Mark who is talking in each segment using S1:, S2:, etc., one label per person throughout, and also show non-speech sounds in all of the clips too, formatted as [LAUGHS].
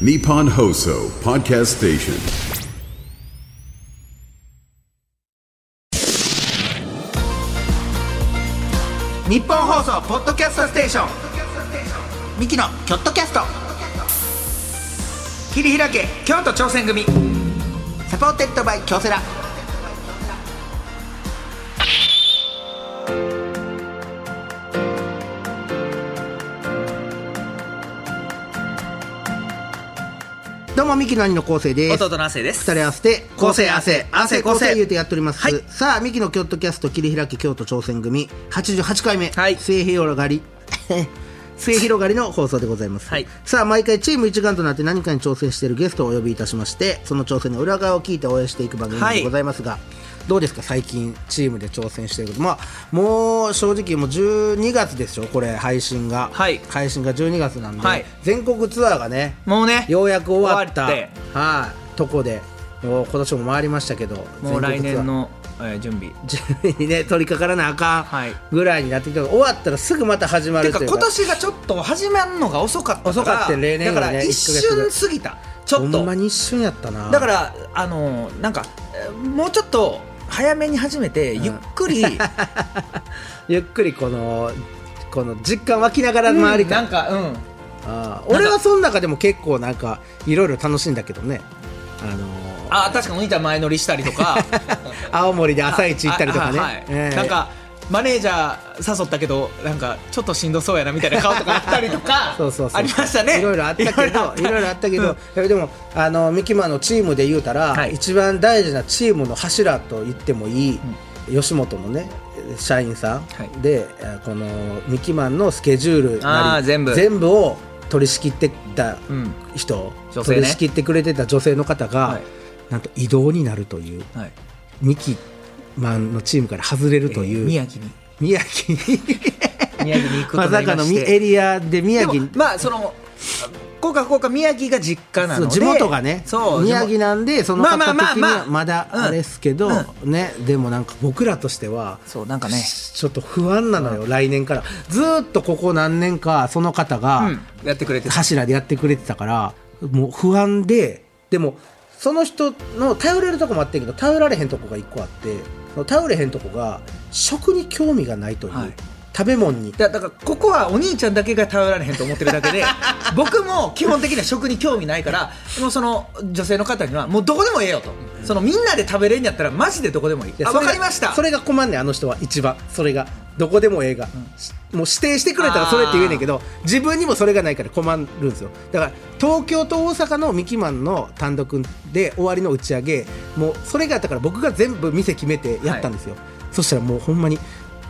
S1: Nippon Hoso Podcast Station.
S2: 日本放送ポッドキャストステーションミキのキョットキャスト切り開け京都挑戦組サポーテッドバイ京セラ
S3: どうもミキの兄の昴生です
S2: 弟の亜生です
S3: 二人合わせて
S2: 昴生亜生
S3: 亜生
S2: 昴
S3: 昴
S2: 生
S3: 生言うてやっております、
S2: はい
S3: さあミキの京都キャスト切り開き京都挑戦組88回目、
S2: はい
S3: 末広
S2: [LAUGHS]
S3: がり末広がりの放送でございます、
S2: はい
S3: さあ毎回チーム一丸となって何かに挑戦しているゲストをお呼びいたしましてその挑戦の裏側を聞いて応援していく番組
S2: はい
S3: でございますが、どうですか最近チームで挑戦していることまあもう正直もう12月でしょこれ配信が、
S2: はい
S3: 配信が12月なんで、
S2: はい
S3: 全国ツアーがね
S2: もうね
S3: ようやく終わった
S2: 終わ
S3: はいとこでもう今年も回りましたけど
S2: もう来年の、えー準備
S3: 全国ツアー準備にね取り掛からなあか
S2: はい
S3: んぐらいになってきたから終わったらすぐまた始まる
S2: て
S3: と
S2: か
S3: いう
S2: 今年がちょっと始まるのが遅かったから
S3: 遅かったよ例年よりね
S2: だから一瞬過ぎたちょっ
S3: ほん
S2: と
S3: まに一瞬やったな
S2: だからあのーなんかえーもうちょっと早めに始めてゆっ
S3: [LAUGHS]
S2: くり、
S3: [LAUGHS] ゆっくりこのこの実感湧きながら回りたい、
S2: なんかうん
S3: あー俺はその中でも結構なんかいろいろ楽しいんだけどねあのー
S2: [LAUGHS] あ確かにお兄ちゃん前乗りしたりとか
S3: 青森で [LAUGHS] 朝一行ったりとかね、
S2: ああはい
S3: えー
S2: なんかマネージャー誘ったけどなんかちょっとしんどそうやなみたいな顔とかあったりと
S3: [LAUGHS]
S2: か
S3: そうそうそう
S2: ありましたね
S3: いろいろあったけどいろいろあったけど、でもあのミキマンのチームで言うたら、
S2: はい
S3: 一番大事なチームの柱と言ってもいい、吉本のね社員さん、
S2: はい
S3: でえーこのミキマンのスケジュールな
S2: あー
S3: り
S2: 全部
S3: を取り仕切ってた
S2: うん
S3: 人、
S2: 女性ね
S3: 取り仕切ってくれてた女性の方が、
S2: はい
S3: なんと異動になるという
S2: はい
S3: ミキマンのチームから外れるという、
S2: 宮城に
S3: 宮城に
S2: 宮城に行く
S3: ま
S2: とな
S3: さ
S2: り
S3: か
S2: ま
S3: の
S2: し
S3: み
S2: て
S3: エリアで宮
S2: で
S3: 城
S2: もまあそのこうかこうか宮城が実家な
S3: そ
S2: の
S3: う
S2: で
S3: 地元がね
S2: そう
S3: 宮城
S2: 地元
S3: なんでその方
S2: まあまあまあ
S3: 的には
S2: まあ
S3: まだ
S2: うん
S3: あれですけど、
S2: うん
S3: ねでもなんか僕らとしては
S2: そうなんかね
S3: ちょっと不安なのよ、来年からずーっとここ何年かその方
S2: う
S3: が
S2: んやってくれてた
S3: 柱でやってくれてたからもう不安ででもその人の頼れるとこもあってんけど頼られへんとこが一個あってその頼れへんとこが食に興味がないという、
S2: はい
S3: 食べ物に
S2: だだからここはお兄ちゃんだけが頼られへんと思ってるだけで
S3: [LAUGHS]
S2: 僕も基本的には食に興味ないからもうその女性の方にはもうどこでもええよと、そのみんなで食べれんやったらマジでどこでもいい
S3: いや
S2: あ
S3: それ
S2: 分
S3: が
S2: かりました
S3: それが困んねんあの人は一番それがどこでも映画、しもう指定してくれたらそれって言えねんけど自分にもそれがないから困るんですよだから東京と大阪のミキマンの単独で終わりの打ち上げもうそれがだから僕が全部店決めてやったんですよ、そしたらもうほんまに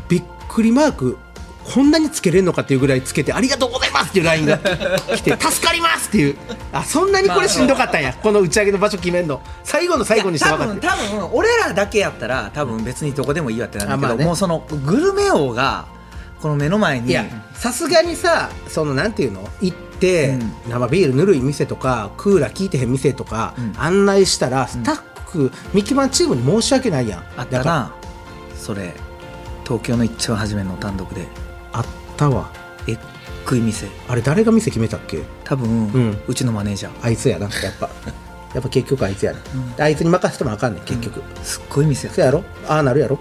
S3: びっくりマークこんなにつけれんのかっていうぐらいつけてありがとうございますっていう LINE が来
S2: [LAUGHS]
S3: て助かりますっていうあそんなにこれしんどかったんやこの打ち上げの場所決めんの最後の最後にして
S2: 多
S3: 分かっ
S2: 分
S3: て
S2: 多分俺らだけやったら多分別にどこでもいいわってなるけど、
S3: あまあね
S2: もうそのグルメ王がこの目の前に
S3: いやさすがにさそのなんていうの行って、
S2: う
S3: 生ビールぬるい店とかクーラー効いてへん店とか、
S2: うん
S3: 案内したらスタッフ、ミキマンチームに申し訳ないやん
S2: あっ
S3: だから
S2: たなそれ東京の一番初めの単独で
S3: あったわ
S2: えっくい店
S3: あれ誰が店決めたっけ
S2: 多分、うんちのマネージャー
S3: あいつやなやっぱ [LAUGHS] やっぱ結局あいつやな、であいつに任せてもあかんねん結局、
S2: すっごい店やっ
S3: そ
S2: た
S3: うやろああなるやろ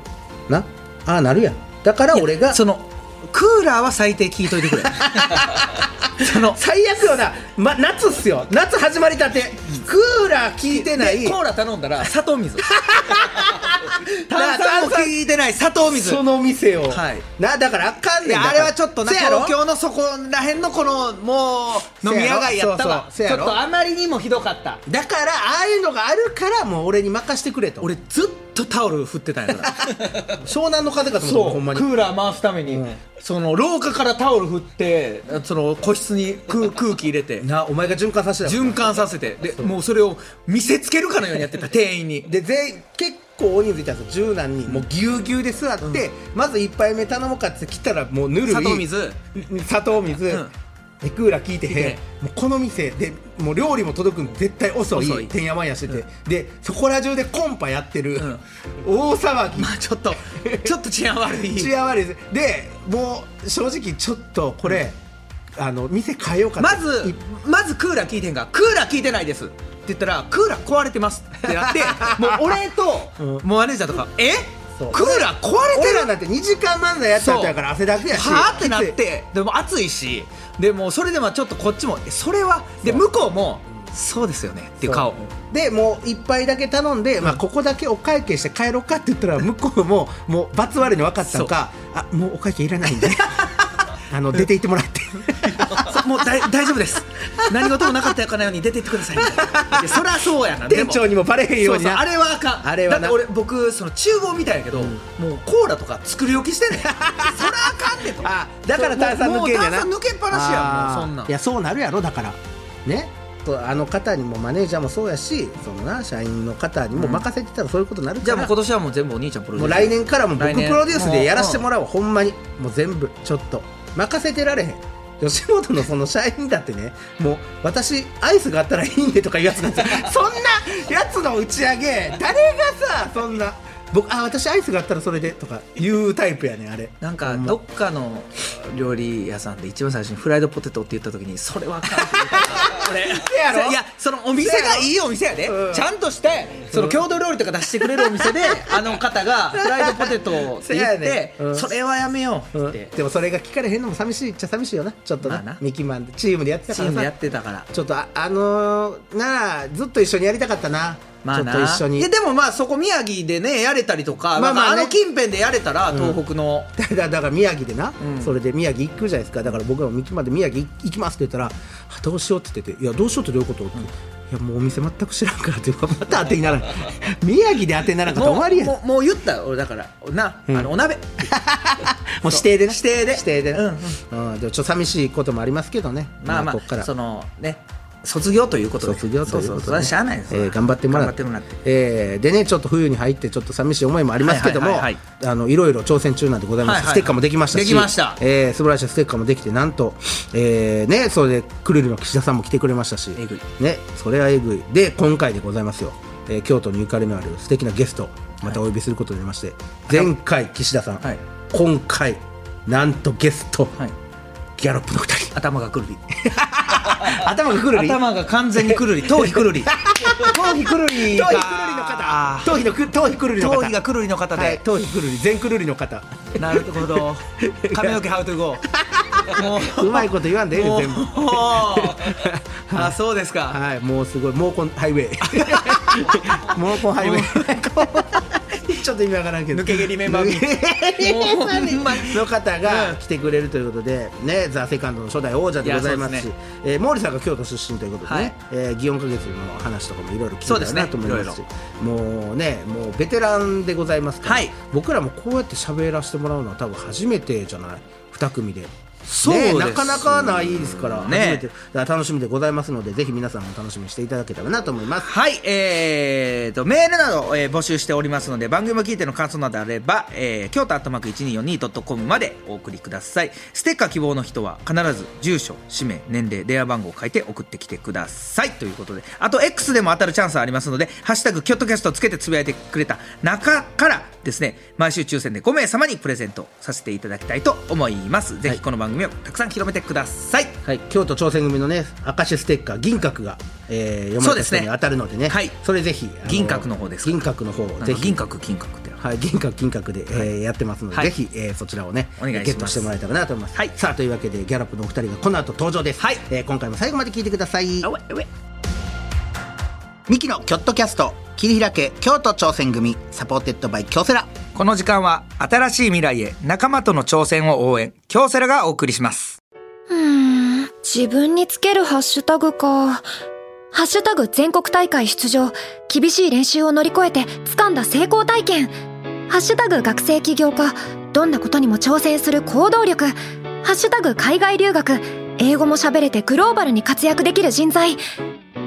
S3: なああなるやんだから俺が
S2: そのクーラーは最低聞いといてく [LAUGHS] れその
S3: 最悪よな、ま、夏っすよ夏始まりたてクーラー効いてない
S2: でコーラ頼んだら砂糖水炭酸も
S3: 炭酸
S2: 聞いてない砂糖水
S3: その店を、
S2: はい
S3: なだからあかん
S2: い
S3: ねん
S2: やあれはちょっとな
S3: せやろ
S2: 東京のそこら辺のこのもう飲み屋街やったわ
S3: せやろそうそうせやろ
S2: ちょっとあまりにもひどかった
S3: だからああいうのがあるからもう俺に任してくれと
S2: 俺ずっとタオル振ってたんやから
S3: 湘南の風かと思った
S2: そ [LAUGHS] う
S3: ほんまに
S2: クーラー回すために、
S3: うん
S2: その廊下からタオル振ってその個室に空空気入れて
S3: なお前が循環させてた
S2: 循環させてでもうそれを見せつけるかのようにやってた店員に
S3: で全員結構大人数いたんですよ十何人もうぎゅうぎゅうで座って、まず一杯目頼もうかって来たらもうぬるい
S2: 砂糖水
S3: うん砂糖水、
S2: うん
S3: でクーラー効いて
S2: 効いて
S3: へ
S2: へ
S3: んもうこの店でもう料理も届くの絶対遅
S2: 遅い
S3: いてんやまんやしてて、でそこら中でコンパやってる、
S2: ん
S3: 大騒ぎ、
S2: まあちょっ [LAUGHS] とちょっと治安悪い
S3: 治安悪いですでもう正直ちょっとこれ、あの店変えようかな
S2: まずまずクーラー聞いてへんかクーラー聞いてないですって言ったらクーラー壊れてますってなってもう俺と、
S3: う
S2: もうマネージャーとかえ
S3: そう
S2: クーラー壊れて
S3: 俺
S2: る
S3: らなんて2時間漫才やった後やから
S2: そう
S3: 汗だくやし
S2: はあってなっ
S3: きつい
S2: てでも暑いしでもそれでもちょっとこっちもえそれはで向こうもそうですよねっていう顔
S3: でもう一杯だけ頼んで、まあ、ここだけお会計して帰ろうかって言ったら向こうももう罰悪いの分かったのかあもうお会計いら
S2: [LAUGHS]
S3: ないんであの出て行ってもらって
S2: そもうだい大丈夫です何事もなかったかのように出て行ってくださいみたいないやそりゃそうやなで
S3: 店
S2: も
S3: 長にもバレへんよ
S2: そうう
S3: に
S2: そう
S3: な
S2: あれはあかん
S3: あれはな
S2: だって俺僕その厨房みたいやけど、もうコーラとか作り置きしてん
S3: [LAUGHS]
S2: ねんそりゃあかんでと
S3: あだから炭酸抜けんやな
S2: もうもう炭酸抜けっぱなしや
S3: あー
S2: んもうそんなん
S3: いやそうなるやろだからねとあの方にもマネージャーもそうやしそのな社員の方にも任せてたらそういうことになるか
S2: じゃ
S3: ら、
S2: あもう今年はもう全部お兄ちゃんプロデ
S3: も
S2: ュ
S3: う
S2: ース
S3: 来年からも僕
S2: 来年
S3: プロデュースでやらせてもらおうほんまにもう全部ちょっと任せてられへん吉本のその社員だってねもう私アイスがあったらいいんでとかいうやつなんです
S2: [LAUGHS]
S3: よそんなやつの打ち上げ誰がさそんな僕あ私アイスがあったらそれでとかいうタイプやねんあれ
S2: なんかどっかの料理屋さんで一番最初にフライドポテトって言った時にそれはあかんって言
S3: [LAUGHS]
S2: うから
S3: やろ
S2: いやそのお店がいいお店やで、
S3: うん
S2: ちゃんとしてその郷土料理とか出してくれるお店であの方がフライドポテトをって言っ
S3: せやね
S2: て、
S3: うん
S2: それはやめよう
S3: う
S2: っ
S3: ん
S2: て、
S3: でもそれが聞かれへんのも寂しいっちゃ寂しいよなちょっとな,、
S2: まあな
S3: ミキマンでチームでやってた
S2: チ
S3: から
S2: ー
S3: さ
S2: ムやってたから
S3: ちょっとああのー、ならずっと一緒にやりたかったな、
S2: まあな
S3: ちょっと一緒に
S2: いやでもまあそこ宮城でねやれたりと
S3: ま
S2: か,、ま
S3: あ
S2: あ
S3: まあね
S2: あの近辺でやれたら、東北の
S3: [LAUGHS] だからだから宮城でな、
S2: ん
S3: それで宮城行くじゃないですかだから僕は三木まで宮城行きますって言ったらあどうしようって言ってていやどうしようってどういうことって、いやもうお店全く知らんからってまた当てにならない [LAUGHS] 宮城で当てにならんかったら
S2: も
S3: 終わりや
S2: うん
S3: も
S2: もうもう言ったよ俺だからな、
S3: ん
S2: あのお鍋
S3: う指定でな
S2: 指定で
S3: 指定でな
S2: うん
S3: うんでもちょっと寂しいこともありますけどね
S2: まあま
S3: こっか
S2: あ
S3: ら
S2: そのね卒業ということで
S3: 卒業ということで
S2: そうそうそれはしゃあないです
S3: えー頑張ってもらって
S2: 頑張ってもらって
S3: えーでねちょっと冬に入ってちょっと寂しい思いもありますけども、
S2: はいはいはい
S3: あのいろいろ挑戦中なんでございます、
S2: はいはい
S3: ステッカーもできましたし
S2: できました
S3: えー素晴らしいステッカーもできてなんと、えーねそれでクルルの岸田さんも来てくれましたし
S2: えぐい
S3: ねそれはえぐいで今回でございますよ、えー京都にゆかりのある素敵なゲストまたお呼びすることになりまして、前回岸田さん、
S2: はい
S3: 今回なんとゲスト、
S2: はい
S3: ギャロップの2人
S2: 頭がくるり
S3: 頭がくるり
S2: 頭が完全にく
S3: [LAUGHS]
S2: るり頭皮くるり頭皮くるり
S3: 頭
S2: か
S3: 皮くるりの方頭皮のく頭皮くるり [LAUGHS] の方
S2: 頭皮がくるりの方で、
S3: はい、頭皮くるり全くるりの方
S2: なるほど髪の毛 How
S3: [LAUGHS]
S2: to go も
S3: うまいこと言わんでええねん
S2: もう
S3: 全部
S2: あそうですか、
S3: はいもうすごい毛根ハイウェイ
S2: [LAUGHS]
S3: 毛根ハイウェイちょっと意味わからんけど
S2: 抜け毛リメンバーミーもうほんまに
S3: の方が来てくれるということで、ね、ザ・セカンドの初代王者でございますし
S2: いやそうで
S3: えー毛利さんが京都出身ということでね、
S2: はい
S3: えー祇園花月の話とかもいろいろ
S2: そ
S3: 聞
S2: う
S3: い
S2: で
S3: た
S2: す
S3: ら
S2: ね
S3: なと思いますしもうねもうベテランでございますから、
S2: はい
S3: 僕らもこうやって喋らせてもらうのは多分初めてじゃない2組で。
S2: そうです
S3: ねなかなかないですから、
S2: ね
S3: 初めてだから楽しみでございますのでぜひ皆さんも楽しみにしていただけたらなと思います。
S2: はい、えー、と、メールなど、えー募集しておりますので、番組を聞いての感想などあれば、えー、京都アットマーク 1242.com までお送りください。ステッカー希望の人は、必ず住所、氏名、年齢、電話番号を書いて送ってきてください。ということで、あと X でも当たるチャンスありますので、ハッシュタグ、京都キャストをつけてつぶやいてくれた中からですね、毎週抽選で5名様にプレゼントさせていただきたいと思います。ぜひこの番組をたくさん広めてください
S3: はい、京都挑戦組のね明石ステッカー銀閣が、えー、読まれた人
S2: そうです
S3: に
S2: ね
S3: 当たるのでね
S2: はい
S3: それぜひあ
S2: 銀閣の方ですか
S3: 銀閣の方をぜ
S2: ぜ
S3: ひ
S2: ひ銀閣、金閣って。
S3: はい、銀閣銀閣で、えーやってますので、
S2: はい
S3: ぜひ、えーそちらをね
S2: お願いします
S3: ゲットしてもらえたらなと思います、
S2: はい
S3: さあというわけでギャラップのお二人がこの後登場です、
S2: はい
S3: えー今回も最後まで聞いてください
S2: あ、おい、おい。
S3: ミキのキョットキャスト切り開け京都挑戦組サポーテッドバイ京セラ
S2: この時間は新しい未来へ仲間との挑戦を応援京セラがお送りします
S4: うーん自分につけるハッシュタグか。ハッシュタグ全国大会出場。厳しい練習を乗り越えて掴んだ成功体験。ハッシュタグ学生起業家。どんなことにも挑戦する行動力。ハッシュタグ海外留学。英語も喋れてグローバルに活躍できる人材。って、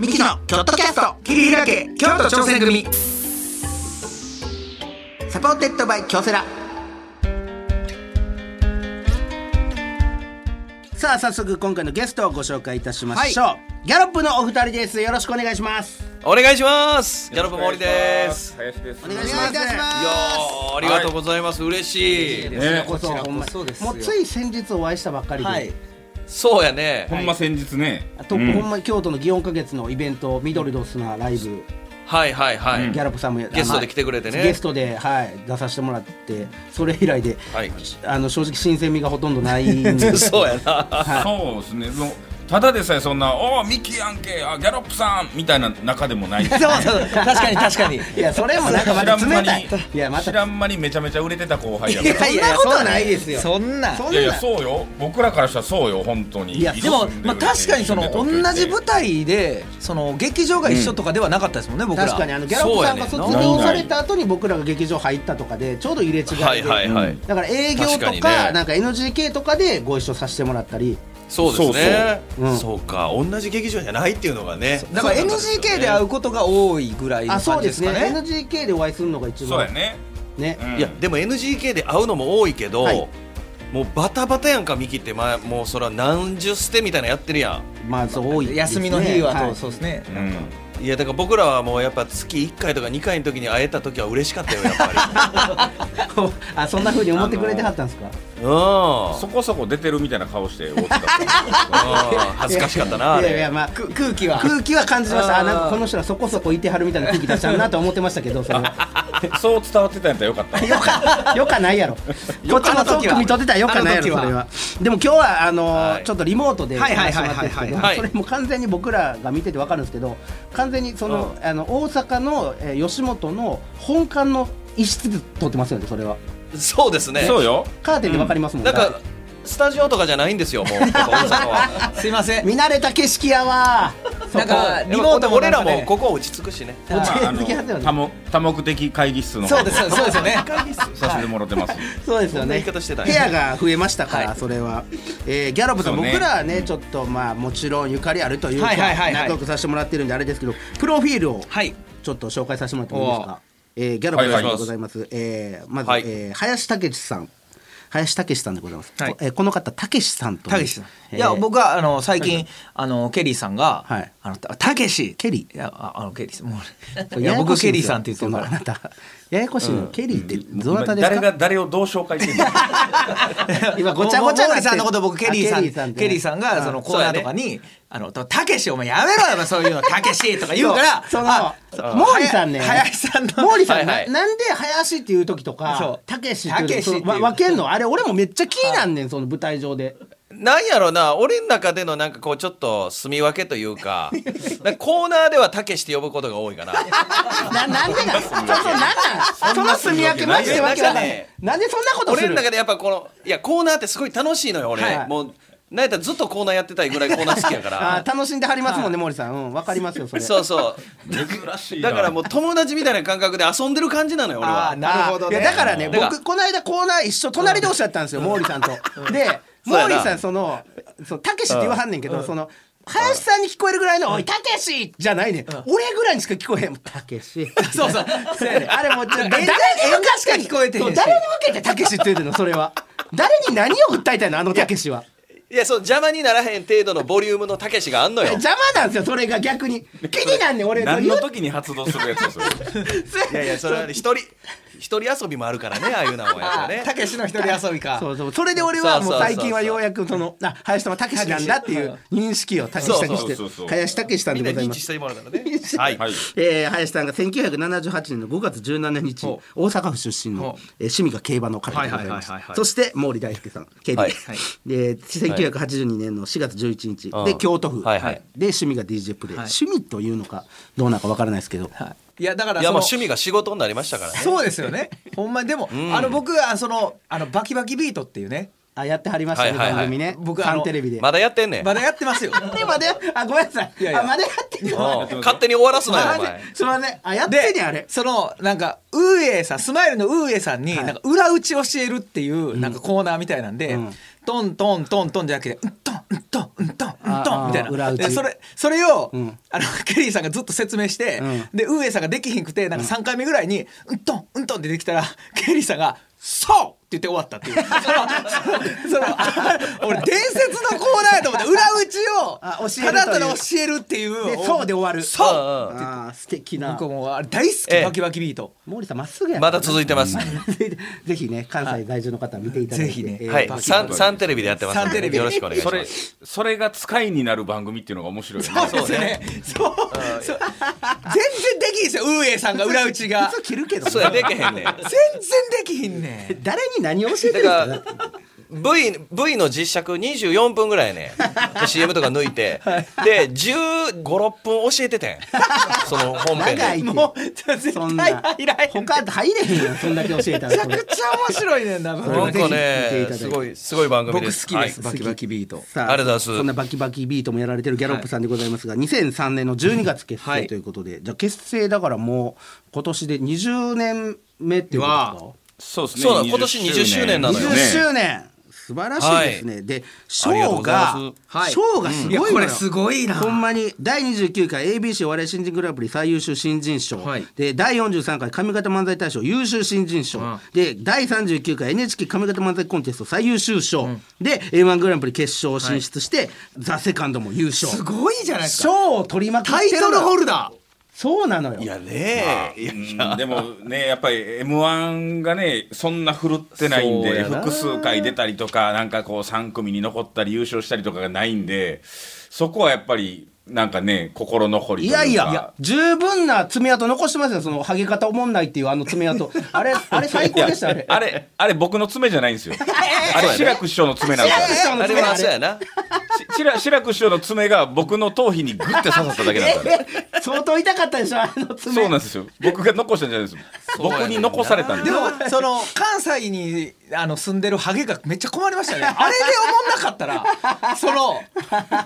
S2: ミキのキョットキャスト切り開け京都挑戦組サポーテッドバイ京セラ
S3: さあ早速今回のゲストをご紹介いたしましょう、ギャロップのお二人ですよろしくお願いします
S5: お願いしますギャロップ森です
S6: 林です。
S3: お願いします
S5: いやーありがとうございます、嬉しい、
S6: ね
S3: こそほんま
S2: そうですよ
S3: もうつい先日お会いしたばっかりで、
S2: はい
S5: そうやね
S6: ほんま先日ね。
S3: と
S6: うん
S3: ほんま京都の祇園花月のイベント緑の砂ライブ
S5: はいはいはい、
S3: ギャロップさんもや
S5: ゲストで来てくれてね
S3: ゲストで、はい、出させてもらってそれ以来で、
S5: はい
S3: あの正直新鮮味がほとんどないんで
S5: [LAUGHS] そうやな
S6: そうですね。もうただでさえそんな、おお、ミキやんけ、あ、ギャロップさんみたいな中でもない。知
S2: そうそう確かに確かにい
S3: [LAUGHS] いやそれもなんかまた
S6: らん
S3: 冷
S6: 間
S3: たい
S6: に
S3: いやまた
S6: 知らん間にめちゃめちゃ売れてた後輩や
S3: や
S6: から。
S3: いやそんなことないですよ
S2: そんない
S6: いやいや、そうよ。僕らからしたらそうよ、本当に。
S3: いや
S6: 一
S2: で
S6: 緒
S2: も
S6: に住ん、る
S2: まあ、確かにその
S6: 一
S2: 同
S6: 緒に東京
S2: じ
S6: 行っ
S2: 舞台でその劇場が一緒とかではなかったですもんね、僕ら
S3: 確かにあのギャロップさんが
S5: そ
S3: 卒
S5: うやねんな
S3: 業された後に僕らが劇場入ったとかでちょうど入れ違いで、
S5: はいはいはい、
S3: だから営業とか
S5: 確かにね
S3: なんか NGK とかでご一緒させてもらったり
S5: そうですねそう
S3: そううん
S5: か同じ劇場じゃないっていうのがね
S2: だから NGK で会うことが多いぐらいの
S3: あそ
S2: 感
S3: う
S2: じ
S3: で
S2: ですすか
S3: ね
S2: ね
S3: NGK でお会いするのが一
S6: そうや
S3: 番
S6: ね。
S3: ね
S6: うん
S5: いやでも NGK で会うのも多いけど、
S3: はい
S5: もうバタバタやんかミキって、まあ、もうそれは何十捨てみたいなのやってるや
S3: まあそう多いですね
S2: 休みの日はと
S3: い
S2: そうですね、
S6: うん
S5: んいやだから僕らはもうやっぱ月1回とか2回の時に会えた時は嬉しかったよやっぱり
S3: [LAUGHS] あそんな風に思ってくれてはったんですか
S5: うんそ
S6: そこそこ出てるみたいな顔して大塚君
S5: [LAUGHS] 恥ずかしかったなあ
S3: いや
S5: れ
S3: いやまあ
S2: く空気は
S3: 空気は感じましたあ
S2: あー
S3: なんかこの人らそこそこいてはるみたいな空気出した
S7: [LAUGHS]
S3: なとは思ってましたけどそれは
S6: そう伝わってたんやったらよかった
S3: よかよかないやろこっちもそう組み取ってたらよかないやろそ
S2: あ
S3: れ
S2: の時
S3: はでも今日はあのー
S5: はい
S3: ちょっとリモートで
S2: はいはい
S3: 話して
S2: はい
S3: もらってるんですけど
S5: はいはいはい
S3: それも完全に僕らが見ててわかるんですけど完全にそのあの大阪のえー吉本の本館の一室で撮ってますよねそれは
S5: そうですね
S6: そうよ
S3: カーテンでわかりますもん
S5: なん
S3: だって
S5: かスタジオとかじゃないんですよもうここ大阪は
S2: すいません
S3: 見慣れた景色や
S5: [LAUGHS]
S3: わー
S2: なんかリ
S5: リ
S2: モ
S5: モ
S2: ート
S5: ート
S2: もな
S5: も俺
S2: んからね
S5: もここ落ち着くしね
S3: [LAUGHS] そこ
S6: まああ
S3: 落ち着きますよ
S6: の
S3: ね
S6: 多目多目的会議室の
S2: そうですそうですよね
S6: させてもらってます
S3: そうですよね。
S5: そんな言い方してたん
S3: 部
S5: や
S3: 屋が増えましたから、
S5: はい
S3: それは。えー、ギャロップさん、
S6: そうね
S3: 僕らはね、ちょっと、まあ、もちろんゆかりあるというか、
S2: はいはいはいはい
S3: 仲良くさせてもらってるんで、あれですけど。プロフィールを、
S2: はい
S3: ちょっと紹介させてもらってもいいですか。えー、ギャロップさんでございます。えー、まず、
S5: はい
S3: えー、林武史さん。林武史さんでございます。
S2: はい
S3: えーこの方、武史さんという。
S2: たけしさん。いや、
S3: えー
S2: 僕はあの最近、あのケリーさんが、
S3: はい
S2: あのたたけし。
S3: ケリー
S2: いや、ああのケリーさん。もう
S3: [LAUGHS]
S2: い
S3: や
S2: や、
S3: や
S2: 僕
S3: こしい
S2: ケ
S3: で
S2: リー
S3: すよ
S2: さんって言ってるか
S3: そのあ
S2: [LAUGHS] ら。
S3: なた。ややこしいの、ケリーって、どなたですか。
S6: 誰が誰をどう紹介してるの
S3: 今ごちゃごちゃになってる
S2: もう毛利さんのこと僕ケリーさ
S3: あ
S2: ん
S3: ケ
S2: ケ
S3: リ
S2: リ
S3: ーさんって
S2: ーさんがそのコーナーとかに「あのたけしお前やめろよお前そういうのたけし」とか言うから
S3: [LAUGHS] そ
S2: あ
S3: の毛利さんね
S2: はや林さんの
S3: 毛利さん、
S5: はいはい
S3: ななんで林っていう時と
S2: そ
S3: か
S2: う
S3: たけしっていう時
S2: たけしっていう
S3: そのわ分けんのあれ俺もめっちゃ気になんねん、その舞台上で
S5: なんやろな俺の中でのなんかこうちょっと住み分けというかなんかコーナーではたけしって呼ぶことが多いかな
S3: ななんでなんそうそうなんなんその住み分けマジでわけわかんないなんでそんなことす
S5: 俺
S3: る
S5: の中でやっぱこのいやコーナーってすごい楽しいのよ俺、
S3: はい
S5: もうなんやったらずっとコーナーやってたいぐらいコーナー好きやか
S3: [LAUGHS] あ
S5: ら
S3: ー楽しんではりますもんね毛利さんうんわかりますよそれ
S5: そうそう
S6: 珍しいな
S5: だからもう友達みたいな感覚で遊んでる感じなのよ俺
S2: あ
S5: は
S2: ーなるほどね
S3: いやだからね
S5: だから
S3: 僕この間コーナー一緒隣同士だったんですよ毛利さんと。で
S5: そうや
S3: 毛
S5: な
S3: 利さんそのそうたけしって言わはんねんけどその林さんに聞こえるぐらいの「おいたけし!」じゃないねん俺ぐらいにしか聞こえへん「たけし」
S2: そうそう
S3: [LAUGHS] そうやねんあれもうちょ
S2: 演者
S3: 誰に向
S2: しか聞こえてへんし
S3: そう誰に向けて「たけし」って言うてんのそれは誰に何を訴えたいのあのたけしはい
S5: やそう邪魔にならへん程度のボリュームのたけしがあんのよ
S3: 邪魔なんですよそれが逆に気になんねん俺
S6: 何
S3: 言
S6: の
S3: う
S6: 時に発動するやつ [LAUGHS] ですよ
S5: いやいやそれはね一人一人遊びもあ
S3: [LAUGHS]
S5: るからねああいうのもやっぱね
S2: たけしの一人遊びか
S3: そうそうそれで俺はもう
S5: そうそうそうそう
S3: 最近はようやくそのあ林さんはたけしなんだっていう認識をたけしさんにし
S6: そうそうそうそ
S3: て
S6: う
S3: 林たけしさん
S5: み
S3: で
S5: んな
S3: ござい
S5: 認
S3: ま
S5: 知し
S3: す。
S5: てもらうからねはい、
S6: はい
S3: えー、林さんが1978年の5月17日大阪府出身の
S2: ほ、
S3: えー趣味が競馬の方でございます
S2: はいはいはいはいはい
S3: そして毛利大輔さん競馬、
S5: はい
S3: で1982年の4月11日、
S5: うん
S3: で京都府、
S5: はいはい
S3: で趣味が DJ プレイ、趣味というのかどうなのかわからないですけど、
S2: いやだから
S5: いや
S2: そ
S5: もう
S2: の
S5: 趣味が仕事になりましたからね
S2: そうですよねほんまにでもあの僕はそのあのバキバキビートっていうね
S3: あやってはりましたね、
S5: はいはいはい
S3: 番組ね
S2: 僕あ
S3: サ
S2: の
S3: ンテレビで、
S5: まだやってんねん、
S2: まだやってま
S3: [LAUGHS]
S2: すよ
S3: でまだあごめんなさい
S2: いやいや
S3: あまだやってる
S5: おう勝手に終わらすなよお前
S3: すみませんあやってんね
S2: で
S3: んあれ
S2: そのなんかウーエイさんスマイルのウーエイさんになんか裏打ち教えるっていうなんかコーナーみたいなんで、トントントントンじゃなくてうんトンうんトンうんトンうんト
S3: あ
S2: ン
S3: あ
S2: みたいな
S3: 裏打ち
S2: でそれそれを、
S3: ん
S2: あのケリーさんがずっと説明して、
S3: ん
S2: でウーエイさんができひんくてなんか3回目ぐらいに「うんとんうんとん」ってできたらケリーさんが「そう!」って言って終わったっていうそのそのそのあ俺伝説のコーナーやと思って裏打ちを
S3: あ教えるという
S2: ただただ教えるっていう
S3: でそうで終わる
S5: そう
S3: あー素敵な
S2: 僕もうあれ大好
S5: え
S2: き
S5: え
S2: バキバキビート。
S3: 毛利さんまっすぐや
S5: まだ続いてます。
S3: て [LAUGHS] ぜひね関西在住の方は見ていただいて
S2: ぜひね
S3: えー
S5: はい
S3: バッ、キ
S5: 三三テレビでやってますんで。
S2: 三テレビ
S5: よろしくお願いし
S6: そ
S5: ま
S6: れ
S5: す。
S6: それが使いになる番組っていうのが面白いよね
S2: そうですよね。そう。そう全然できひんですよ。ウーエイさんが裏打ちが。
S3: 普通切るけど
S5: そうやで
S3: [LAUGHS]
S5: けへんね
S2: 全
S5: ん。
S2: 然できひんねん。
S3: 誰に何を教えてるんですか
S5: だから V, v の実尺24分ぐらいね CM とか抜いて、で1 5 6分教えててんその本編
S3: 長
S5: で
S3: い
S2: もう
S3: って
S2: 絶
S3: そん
S2: 対
S3: な
S2: 入らへん。め
S3: 他入れへんやんそんだけ教えたらこれ
S2: ちゃ面白いねんな。僕
S5: なんかね
S3: ぜひ見ていただいて
S5: すごいすごい番組
S2: 僕
S5: です
S2: 好きです。
S5: はい
S2: バキバキビート。
S3: さ
S5: ありがとうございます
S3: そんなバキバキビートもやられてるギャロップさんでございますが、2003年の12月結
S5: は
S3: 成
S5: い
S3: ということで、じゃあ結成だからもう今年で20年目っていうこと
S6: そうですね
S5: そうなの今年20周年な
S3: です
S5: の
S3: か。
S5: よ
S3: 20周
S5: ね
S3: 年、素晴らしいですね。で、ショ
S5: ありがと
S3: ー
S5: うございま
S3: が
S5: す
S2: はい
S3: ショーがすごいのよ。
S2: いやこれすごいな
S3: ほんまに第29回 ABC お笑い新人グランプリ最優秀新人賞、
S2: はい
S3: で第43回上方漫才大賞優秀新人賞、で第39回 NHK 上方漫才コンテスト最優秀賞、で M1 グランプリ決勝進出して、ザセカンドも優勝。
S2: すごいじゃないですか。
S3: 賞を取りまくっ
S2: タイ
S3: てる
S2: ト
S3: の
S2: ル
S3: よ
S2: ホルダ
S3: そうなのよ。
S5: いやねえいや
S6: うんでもねやっぱり m 1がねそんな振るってないん
S3: そう
S6: で
S3: やな
S6: 複数回出たりとかなんかこう3組に残ったり優勝したりとかがないんでそこはやっぱりなんかね心残りと
S3: い
S6: いうか
S3: やいや、十分な爪痕残してますよ、その、ハゲ方おもんないっていうあの爪
S2: [LAUGHS]
S3: 痕。あれ、あれ最高でした、あれ。
S6: あれあれ僕の爪じゃないん
S3: [LAUGHS]
S6: ですよあれ志らく師匠の爪なんで
S3: 志らく師
S6: す
S3: 匠の
S6: よ
S5: あれ
S3: 爪
S5: は
S3: あ
S5: そう
S3: れ
S5: やな
S6: し志ら志らく師匠の爪が僕の頭皮にグッて刺さった
S3: [LAUGHS]
S6: だけだったんで
S3: 相当痛かったでしょ、あの爪。
S6: そうなんですよ僕が残したんじゃないです
S5: うやねんな
S6: 僕に残されたん
S2: ー。で
S6: で
S2: もその関西にあの住んでるハゲがめっちゃ困りま
S3: [LAUGHS]
S2: したね。あれで思んなかったら、その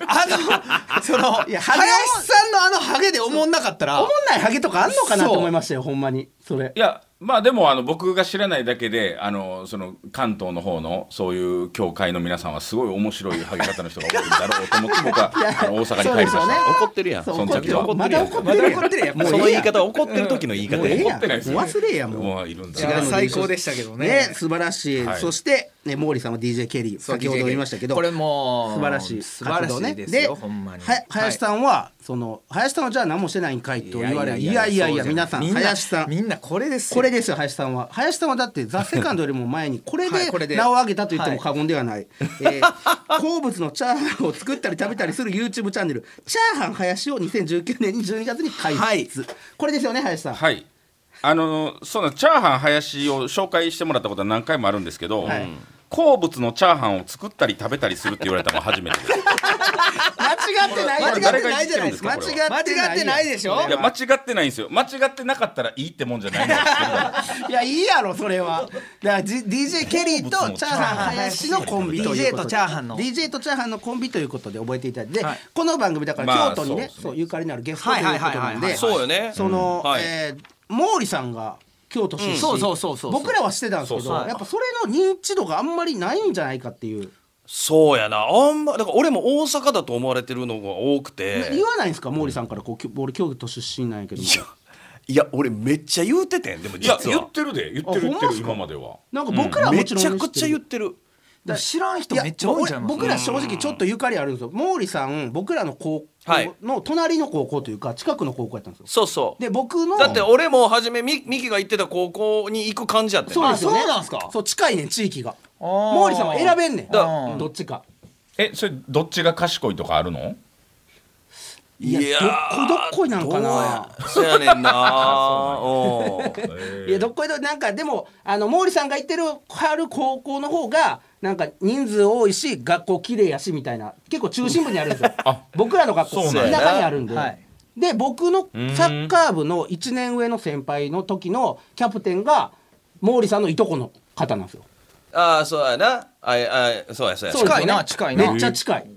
S2: あのその
S3: いや
S2: 林
S3: ハゲ思ん
S2: さんのあのハゲで思んなかったら
S3: おもん、ないハゲとかあんのかな
S2: そう
S3: と思いましたよ、ほんまに。それ
S6: い。やまあでもあの僕が知らないだけであのその関東の方のそういう教会の皆さんはすごい面白いハゲ方の人が多いんだろうと思って僕
S2: [LAUGHS]
S6: はあの大阪に帰りまし
S3: そうで
S6: た。
S5: 怒ってるやん
S3: そう
S5: そ
S6: そんちゃくちゃ
S3: まだ怒ってるやん。
S2: まだ怒ってるやん
S3: もう
S5: の
S3: ええ
S5: 言
S3: やん
S5: い方怒ってる時の言い方
S3: もうええ
S5: や
S3: や
S5: ん
S3: ん。もう忘れや、もう。
S6: もういるんだ
S2: いや
S3: 違う
S2: 最高でしたけどね。
S3: ね、素晴らしい。
S6: はい
S3: そして、ね、毛利さんは DJ ケリー、
S2: そう
S3: 先ほど
S2: DJ
S3: 言いましたけど。
S2: これもう
S3: 素晴らしい
S2: 素晴らしいですよほんまに
S3: は林さんは、その、林さんはじゃあ何もしてないんかいと言われる。いやいやいや、皆さん、
S2: みな
S3: 林さん。
S2: みんなこれですよ
S3: これですよ林さんは林さんはだって「ザ・セカンドよりも前にこれ
S2: はいこれで
S3: で名を挙げたと言っても過言では
S2: [LAUGHS]
S3: ない、えー好物のチャーハンを作ったり食べたりする YouTube チャンネル「チャーハン林」を2019年に12月に開設、
S2: はい
S3: これですよね林さん、
S6: はいあのそうなんチャーハン林を紹介してもらったことは何回もあるんですけど、
S3: はい
S6: 好物のチャーハンを作ったり食べたりするって言われたのは初めてです
S3: 間違ってない [LAUGHS]
S2: [LAUGHS] 間
S6: これ
S2: 違
S6: 誰
S2: って
S6: が
S2: ないじゃないですか
S6: これ
S3: 間違
S2: 間違ってないでしょ
S6: いや間違ってないんですよ間違ってなかったらいいってもんじゃないんです
S3: いやいいやろそれはだから、じ DJ ケリーとチャーハン林のコンビということ
S2: DJ とチャーハンの
S3: DJ とチャーハンのコンビということで覚えていただいて、で
S2: はい
S3: この番組だから
S6: まあ
S3: 京都にね,、
S6: そうです
S3: そう
S6: ね
S3: ゆかりのあるゲストということ
S2: はいは
S3: ないん
S2: はいはい
S3: で
S5: そうよね
S3: その、
S5: うんはい
S3: えー毛利さんが京都出身、
S5: うん
S2: そうそうそうそう
S3: 僕らはしてたんですけど
S2: そうそう
S3: やっぱそれの認知度があんまりないんじゃないかっていう、
S5: そうやなあんまだから俺も大阪だと思われてるのが多くて
S3: 言わないんですか毛利さんからこうきょ俺京都出身なんやけども
S5: いや俺めっちゃ言うててんでも
S6: いや
S5: 実
S6: 言
S5: は
S6: ってるで言ってる
S3: あ
S6: 言っ
S3: ほん
S6: て
S3: まっ
S6: る
S3: すか
S6: 今までは
S3: なんか僕らはも
S5: め
S3: ち
S5: ち
S3: ろん、
S5: ゃくちゃ言ってる
S2: だから知らん人めっちゃ多いんちゃいます
S3: や僕ら正直ちょっとゆかりあるんですよ毛利さん僕らの高
S5: はい
S3: 校の隣の高校というか近くの高校やったんですよ
S5: そうそう
S3: で僕の
S5: だって俺も初めミミキが行ってた高校に行く感じやってん
S3: そうですよね
S2: あそうなんすか
S3: そう近いねん地域が
S2: ー
S3: 毛利さんは選べんねん
S5: だ
S3: うんどっちか
S6: えそれどっちが賢いとかあるの
S3: いや
S5: いやー
S3: どっこどっこいなんかな
S5: どうやそ
S3: [LAUGHS]
S5: うやねんなうん
S3: いやどっこいどなんかでもあの毛利さんが行ってるある高校の方がなんか人数多いし学校綺麗やしみたいな結構中心部にあるんですよ僕らの学校
S6: そう
S3: 田
S6: な
S3: 舎
S6: ん
S3: に
S6: や
S3: あるんで、
S2: はい
S3: で僕のサッカー部の1年上の先輩の時のキャプテンが毛利さんのいとこの方なんですよ
S5: ああそうやなあいあいそうやそうや
S3: そうですよね
S2: 近いな近いな
S3: めっちゃ近い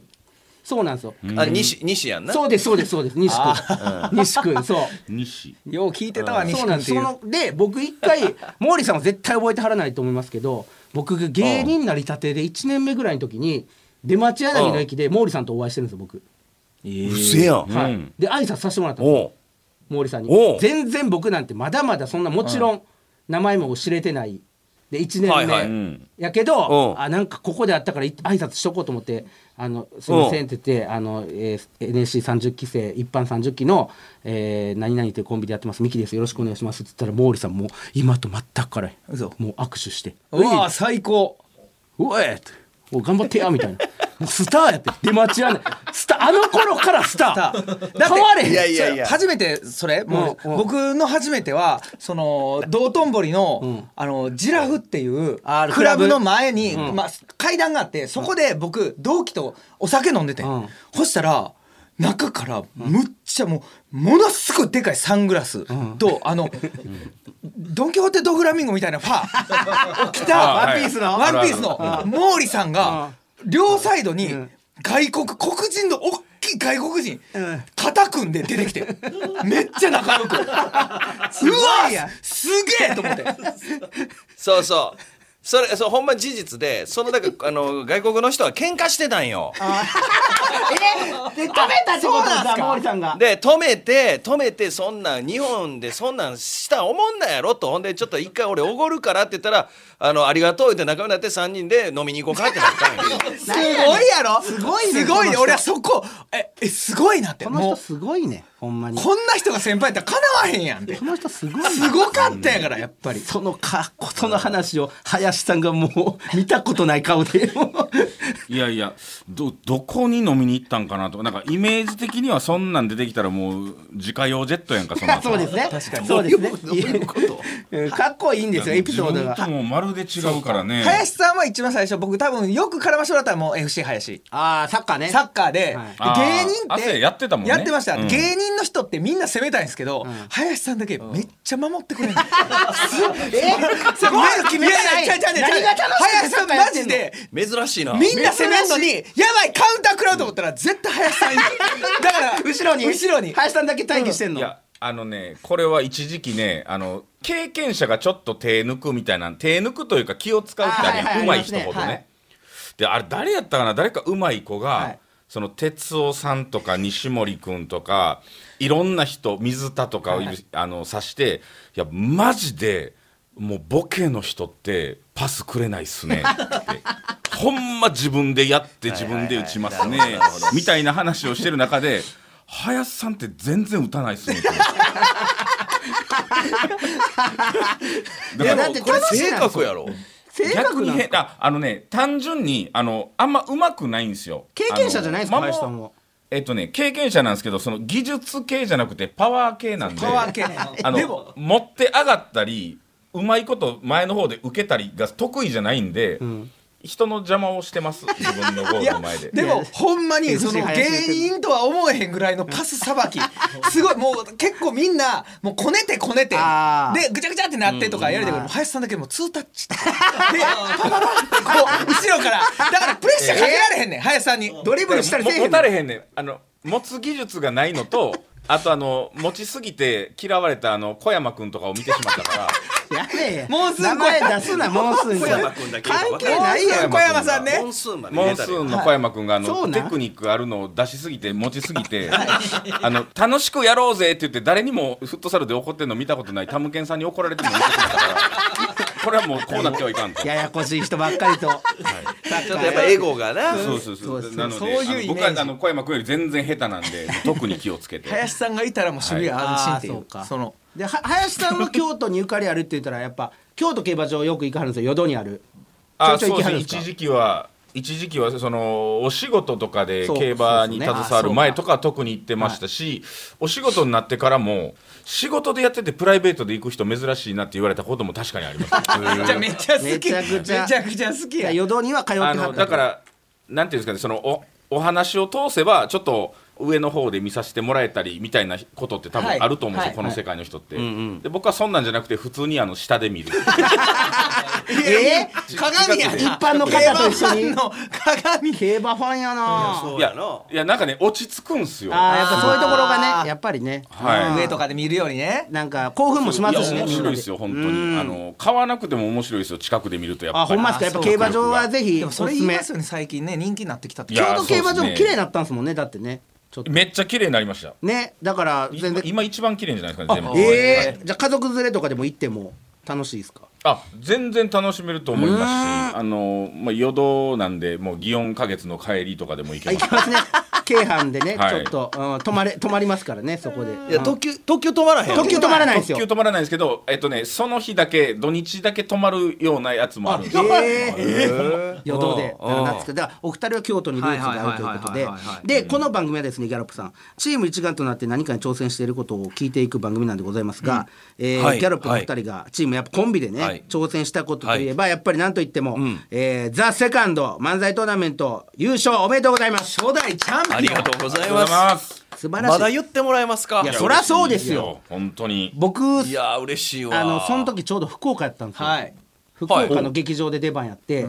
S3: そうなんですよ
S5: あ西西やんな
S3: そうですそうですそうです西君 [LAUGHS] 西君そう
S6: 西
S2: よう聞いてたわ
S3: そ
S2: 西
S3: うなんで
S2: 君っ
S3: す
S2: てい
S3: そう
S2: [LAUGHS]
S3: ので僕一回毛利さんは絶対覚えてはらないと思いますけど僕が芸人になりたてで1年目ぐらいの時に出町柳の駅で毛利さんとお会いしてるんですよ僕、
S5: うせやん。
S3: は
S6: う
S3: い
S6: ん、
S3: で挨拶させてもらったんですよ
S5: おう
S3: 毛利さん
S5: お
S3: に
S5: う
S3: 全然僕なんてまだまだそんなもちろん名前も知れてないで1年目、
S5: はいは
S6: う
S5: い
S6: ん
S3: やけ
S5: う
S3: ど
S5: ん
S3: あなんかここであったからい挨拶しとこうと思って「あのすいません」って言ってあの、えー NSC30 期生一般30期の、えー何々というコンビでやってますミキですよろしくお願いします」って言ったら毛利さんもう今と全くからへん
S2: 嘘
S3: もう握手して「
S2: うわー最高
S3: うわえっておい頑張ってやみたいなもうスターやって出待ちやねんスターあの頃からスター変われへん
S5: いやいやいや。
S2: 初めてそれもう
S3: うんうん
S2: 僕の初めてはその道頓堀の
S3: ん
S2: あのジラフっていう
S3: ある
S2: クラブの前にまあ階段があってそこで僕同期とお酒飲んでて
S3: うん
S2: そしたら中からむっちゃもうものすごいでかいサングラスとあのドン・キホーテ・ド・フラミンゴみたいなファー着た
S6: あ
S2: ワ
S6: は
S2: ン
S6: い
S2: ピースの
S6: あ
S2: ワ
S6: る
S2: ン
S6: ある
S2: ピースの毛利さんが両サイドに
S3: ん
S2: 外国黒人の大きい外国人肩組んで出てきてめっちゃ仲良くうわすげえと思って
S5: そうそう。それ、そう、ほんま事実で、その、だから、あの、外国の人は喧嘩してたんよ。
S3: で食べたってこと
S2: そうなんすか
S3: だ毛利さんが
S5: で止めて止めてそんなん日本でそんなんしたらおもんないやろとほんでちょっと一回俺おごるからって言ったら「あのありがとう」って仲間になって3人で飲みに行こうかってなったんよ
S2: すごいやろす
S3: ごいね
S2: すご
S3: この
S2: いね
S3: 人
S2: 俺はそこええすごいなって
S3: この
S2: も
S3: 人
S2: う
S3: すごいねほんまにこ
S2: こんな人が先輩やったらかなわへんやんって
S3: の人すごいね
S2: すごかったんやからやっぱり
S3: そのかその話を林さんがもう見たことない顔
S2: [LAUGHS]
S3: でもう
S6: いやいやどどこに飲みに行ったんかなとかなんかイメージ的にはそんなん出てきたらもう自家用ジェットやんかそんな
S3: [LAUGHS]
S6: ん
S3: そうですね
S2: 確かに
S3: そうですねうん [LAUGHS] かっこいいんですよエピソード
S6: 自分
S3: が
S6: ともまるで違うからね
S2: 林さんは一番最初僕多分よく絡ましてもらったらもう FC 林
S3: ああサッカーね
S2: サッカーで、
S3: はい
S6: あー
S2: 芸人っ
S6: 汗
S2: て
S6: やってたもんね
S2: やってました、
S6: うん
S2: 芸人の人ってみんな攻めたいんですけど、林さんだけめっちゃ守ってくれる、えすごい決めないやいや違う違う違う
S3: 何が楽しく
S2: 林さんマジで
S5: 珍しいな
S2: みんな攻めるのにやばいカウンター食らうと思ったら絶対林さんいるだから
S3: 後ろに
S2: 後ろに
S3: 林さんだけ待機してん
S6: い
S3: の、
S6: やあのねこれは一時期ねあの経験者がちょっと手抜くみたいな手抜くというか気を使うってあるやん
S3: あはいはい
S6: 上手い人ほ
S3: あ
S6: どね、
S3: りますねはい
S6: であれ誰やったかな誰か上手い子が、
S2: はい
S6: その哲夫さんとか西森君とかいろんな人水田とかを、あの指していやマジでもうボケの人ってパスくれないっすねってほんま自分でやって自分で打ちますねみたいな話をしてる中で林さんって全然打たないっすねって
S5: い
S6: だ
S5: やだ
S6: から
S5: ってこれ性格やろ
S3: 性
S6: 逆
S3: 格
S6: に
S3: なん
S6: 変
S3: か
S6: ああのね単純にあのあんま上手くないんですよ
S3: 経験者じゃないんですか
S6: あの
S3: 林さんも
S6: えっとね経験者なんですけどその技術系じゃなくてパワー系なんで
S2: パワー系
S6: [LAUGHS] あ
S2: でも
S6: の持って上がったりうまいこと前の方で受けたりが得意じゃないんで、人の邪魔をしてます自分のゴールの前で
S2: でもほんまに
S3: や
S2: その
S3: 藤井林
S2: 芸
S3: 先生
S2: 人とは思えへんぐらいのパスさばきすごいもう結構みんなもうこねてこねてで
S3: あー
S2: ぐちゃぐちゃってなってとかやるけどもう林さんだけもうツータッチでパパパってこう後ろからだからプレッシャーかけられへんねん林さんにドリブルしたりせえ
S6: も
S2: へ
S6: 持
S2: んね
S6: た
S2: ん
S6: れへんねんあの持つ技術がないのとあとあの持ちすぎて嫌われたあの小山君とかを見てしまったから
S3: やべえ
S2: モンスー
S3: 名
S2: ン
S3: 前出すなモンスーン
S5: 小山君だけ
S3: 関係ないやん
S2: 小山さんね
S5: モンスーンまで
S6: モ
S5: 入
S6: ン
S5: れ
S6: ス
S5: た
S6: ー
S5: ら
S6: ンの小山君があ
S3: そ
S6: の
S3: うな
S6: テ
S3: ん
S6: クニックあるのを出しすぎて持ちすぎてあの楽しくやろうぜって言って誰にもフットサルで怒ってるの見たことないタムケンさんに怒られても見てしまったから [LAUGHS] これはもうこうなってはいかんと。
S3: ややこしい人ばっかりと、
S5: ちょっとやっぱエゴがな
S6: そうそうそう
S3: そうですね
S6: なので
S2: そういうイメージ
S6: あの僕はあの小山君より全然下手なんで特に気をつけて
S2: 林さんがいたらもう守備が安心ってい
S3: あーそううか
S2: その
S3: では林さんは京都にゆかりあるって言ったらやっぱ京都競馬場よく行かはるんですよ淀にある
S6: あ
S3: ちょいちょ
S6: そ
S3: いう行きは
S6: で
S3: る
S6: す
S3: んですか
S6: ね一時期は一時期はそのお仕事とかで
S3: そう
S6: 競馬に
S3: そう
S6: 携
S3: ですね
S6: わる前とかは特に行ってましたし、お仕事になってからも仕事でやっててプライベートで行く人珍しいなって言われたことも確かにあります。
S3: [LAUGHS]
S2: めっちゃめっちゃ好き
S3: めちゃくちゃ
S2: めちゃくちゃ好き
S3: い
S2: や
S3: や淀には通っては
S6: あ
S3: った
S6: の
S3: と
S6: だからなんていうんですかねそのおお話を通せばちょっと上の方で見させてもらえたりみたいなことって多分
S2: はい
S6: あると思うんですよ、
S2: はい
S6: この
S2: は
S3: [LAUGHS]
S2: い
S6: 世界の人って、で僕はそんなんじゃなくて普通にあの下で見る
S2: え
S6: [LAUGHS]
S2: ー、鏡やな
S3: 一般の方と一緒に
S2: 競馬ファンの鏡
S3: 競馬ファンやな
S5: そうやな。
S6: いやなんかね落ち着くんすよ
S3: ああやっぱそういうところ
S2: あ
S3: が
S2: ー
S3: ねやっぱりね
S6: はい
S2: 上とかで見るよりね
S3: なんか興奮もしますし
S6: い
S3: ね
S6: や面白いですよ本当にあの買わなくても面白いですよ近くで見るとやっぱり
S3: あほんまですかやっぱ競馬場はぜひ
S2: で
S3: お
S2: も
S3: すす
S2: それ言い
S3: め
S2: ますよね最近ね人気になってきたって
S6: い
S3: ちょう
S6: や
S3: ど競馬場
S6: そう
S3: も
S6: ですね
S3: 綺麗になったんですもんねだってねちょっと
S6: めっちゃ綺麗になりました
S3: ねだから全
S6: 今
S3: 然
S6: 今一番綺麗じゃないですかね全部
S3: ええじゃあ家族連れとかでも行っても楽しいですか
S6: あ全然楽しめると思いますしあの、まあ、夜道なんでもう祇園花月の帰りとかでも行け
S3: あ
S6: ま
S3: 行
S6: す
S3: きますね京阪でね
S6: はい
S3: ちょっとうん泊まれ泊まりますからねそこで
S5: いや
S3: うん
S5: 特急特急止まらへん。
S3: 特急止まらないんです
S6: 特
S3: よ
S6: 急止まらないんですけど、えっとね、その日だけ土日だけ止まるようなや
S3: [LAUGHS]
S6: つもあるんですよ
S3: ええ
S5: え
S3: 夜道で、だからなんですけどだからお二人は京都にルーツがあるということ
S2: はい
S3: で
S2: はいはいはいはいは、
S3: で、この番組はですね、ギャロップさん、チーム一丸となって何かに挑戦していることを聞いていく番組なんでございますが、えー
S5: はい
S3: ギャロップのお二人が、チームやっぱコンビでね、
S5: はい
S3: 挑戦したことといえば、やっぱりなんといっても、えーザ・セカンド漫才トーナメント優勝おめでとうございます。
S2: 初代チャンピオン
S5: ありがとうござい
S6: ありがとうござい
S5: ま
S6: ます
S3: 素
S5: す。
S3: 晴
S5: ま
S3: ら
S5: だ
S3: しい。
S5: 言ってもらえますか。
S3: いや、そらそうです
S6: いや
S3: よ。
S6: 本当に
S3: 僕、
S5: いや嬉しいわ。
S3: あの、その時ちょうど福岡やったんですよ。
S2: はい
S3: 福岡の劇場で出番やって、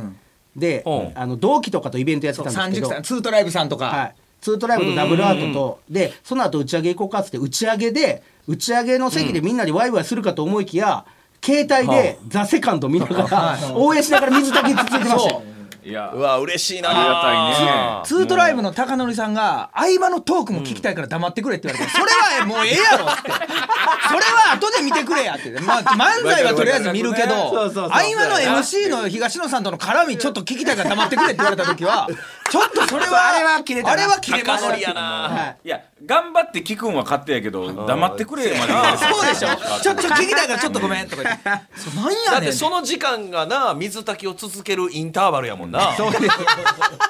S3: で、あの同期とかとイベントやってたんですけど
S2: 30歳、ツートライブさんとか、
S3: はい、ツートライブとダブルアートとでその後打ち上げ行こうかっつって打ち上げで打ち上げの席でみんなでワイワイするかと思いきや、携帯で「ザ・セカンド見ながら応援しながら水炊きつついてましたよ
S6: いや
S5: うわ嬉しいな。
S6: ありがたいね
S2: ツートライブの高典さんが合間のトークも聞きたいから黙ってくれって言われて、それはもうええやろってそれは後で見てくれやって、まあ、
S3: [LAUGHS]
S2: 漫才はとりあえず見るけど
S3: そうそうそう
S2: 合間の MC の東野さんとの絡みちょっと聞きたいから黙ってくれって言われた時
S3: [LAUGHS]
S2: はちょっとそれは
S3: あれは切れたな
S2: あれは切れま
S5: 高
S2: す
S5: 典やな。
S3: はい
S6: いや頑張って聞くんは勝手やけど黙ってくれまで
S2: そうでしょちょっと聞きたいからちょっとごめんとか言ってそうなん
S5: だ
S2: や
S5: っ
S2: ねん
S5: てその時間がな水炊きを続けるインターバルやもんな。
S3: い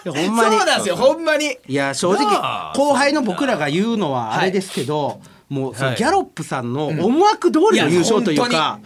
S3: やほんまに
S2: そうなんですよほんまに
S3: いや正直
S5: なあ
S3: 後輩の僕らが言うのはあれですけど、もうそのギャロップさんの思惑通りの優勝という
S2: いや
S3: か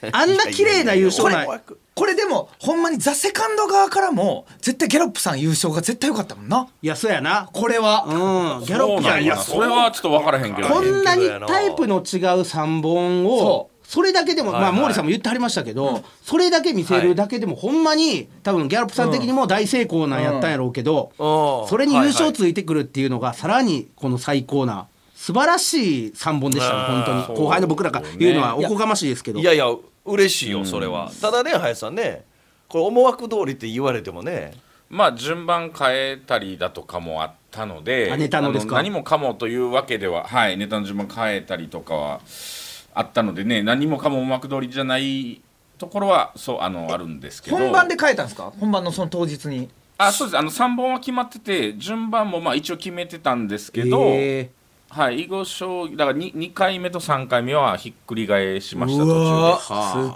S2: 本、
S3: あんな綺麗な優
S2: こ
S3: 勝
S2: れ
S3: ない
S2: これでもほんまにザ・セカンド側からも絶対ギャロップさん優勝が絶対良かったもんない
S3: やそうやな
S2: これは、
S3: うんギャロップさん
S6: いやそれはちょっと分からへんけど
S3: こんなにタイプの違う3本をそれだけでも、まあ、毛利さんも言ってはりましたけど、それだけ見せるだけでも、ほんまに多分ギャロップさん的にも大成功なんやったんやろうけど、
S5: うん
S3: それに優勝ついてくるっていうのがさらにこの最高な素晴らしい3本でしたね本当に後輩の僕らが言うのはおこがましいですけど
S5: いやいや嬉しいよそれは、ただね林さんねこれ思惑通りって言われてもね
S6: まあ順番変えたりだとかもあったので
S3: あネタのですか
S6: あ何もかもというわけでははいネタの順番変えたりとかはあったのでね何もかもうまく通りじゃないところはそうあのあるんですけど
S2: 本番で変えたんですか本番のその当日に
S6: あそうですあの3本は決まってて順番もまあ一応決めてたんですけど、
S3: え
S6: はい囲碁将棋だから 2, 回目と3回目はひっくり返しました途中です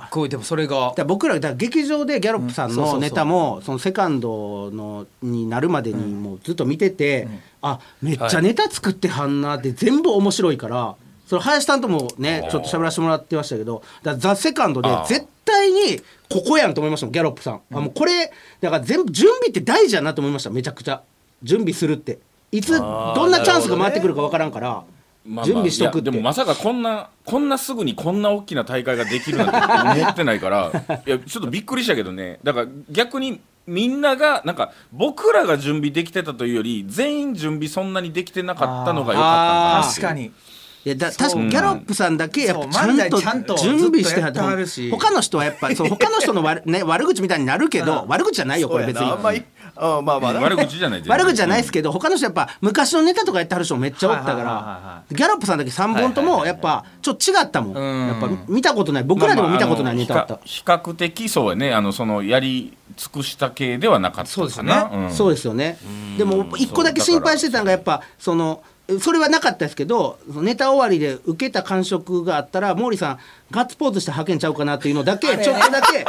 S2: すっごいでもそれが
S3: ーだから僕らだから劇場でギャロップさんのネタもそのセカンドのになるまでにもうずっと見てて、あめっちゃネタ作ってはんなって全部面白いからそれ林さんともねちょっと喋らせてもらってましたけど「だからザ・セカンドで
S6: あー
S3: 絶対にここやんと思いましたもんギャロップさん、あもうこれだから全部準備って大事やなと思いましためちゃくちゃ準備するっていつ
S5: あー
S3: どんなチャンスが回ってくるか分からんから、
S6: まあまあ
S3: 準備しとくっ
S6: い
S3: て
S6: やでもまさかこんなこんなすぐにこんな大きな大会ができるなんて思ってないから
S3: [LAUGHS]
S6: いやちょっとびっくりしたけどねだから逆にみんながなんか僕らが準備できてたというより全員準備そんなにできてなかったのが良かったんだなっ
S2: 確
S6: ていう
S2: かに
S3: いやだ確かにギャロップさんだけやっぱ
S2: そう漫才
S3: ち
S2: ちゃ
S3: ゃ
S2: ん
S3: ん
S2: と
S3: と準備して
S2: ずっとやってはるし
S3: 他の人はやっぱ
S2: [LAUGHS]
S3: そう他の人の悪,、ね、悪口みたいになるけど悪口じゃないよこれ別
S5: そう
S3: に
S5: やなあんまりあまあまあな
S6: 悪口じゃない全然
S3: 悪口じゃないですけど他の人やっぱ昔のネタとかやってはる人もめっちゃおった
S2: は
S3: か
S2: いはいはいは
S3: らギャロップさんだけ3本ともやっぱちょっと違ったもんやっぱ見たことない僕らでも見たことないネタだった
S6: まあまああの比較比較的そうやねあのそのやり尽くした系ではなかったかな
S2: そうですね
S6: ん
S3: そうですよね。でも一個だけ心配してたのがやっぱそのそれはなかったですけどネタ終わりで受けた感触があったら毛利さんガッツポーズして吐けんちゃうかなっていうのだけちょっとだけ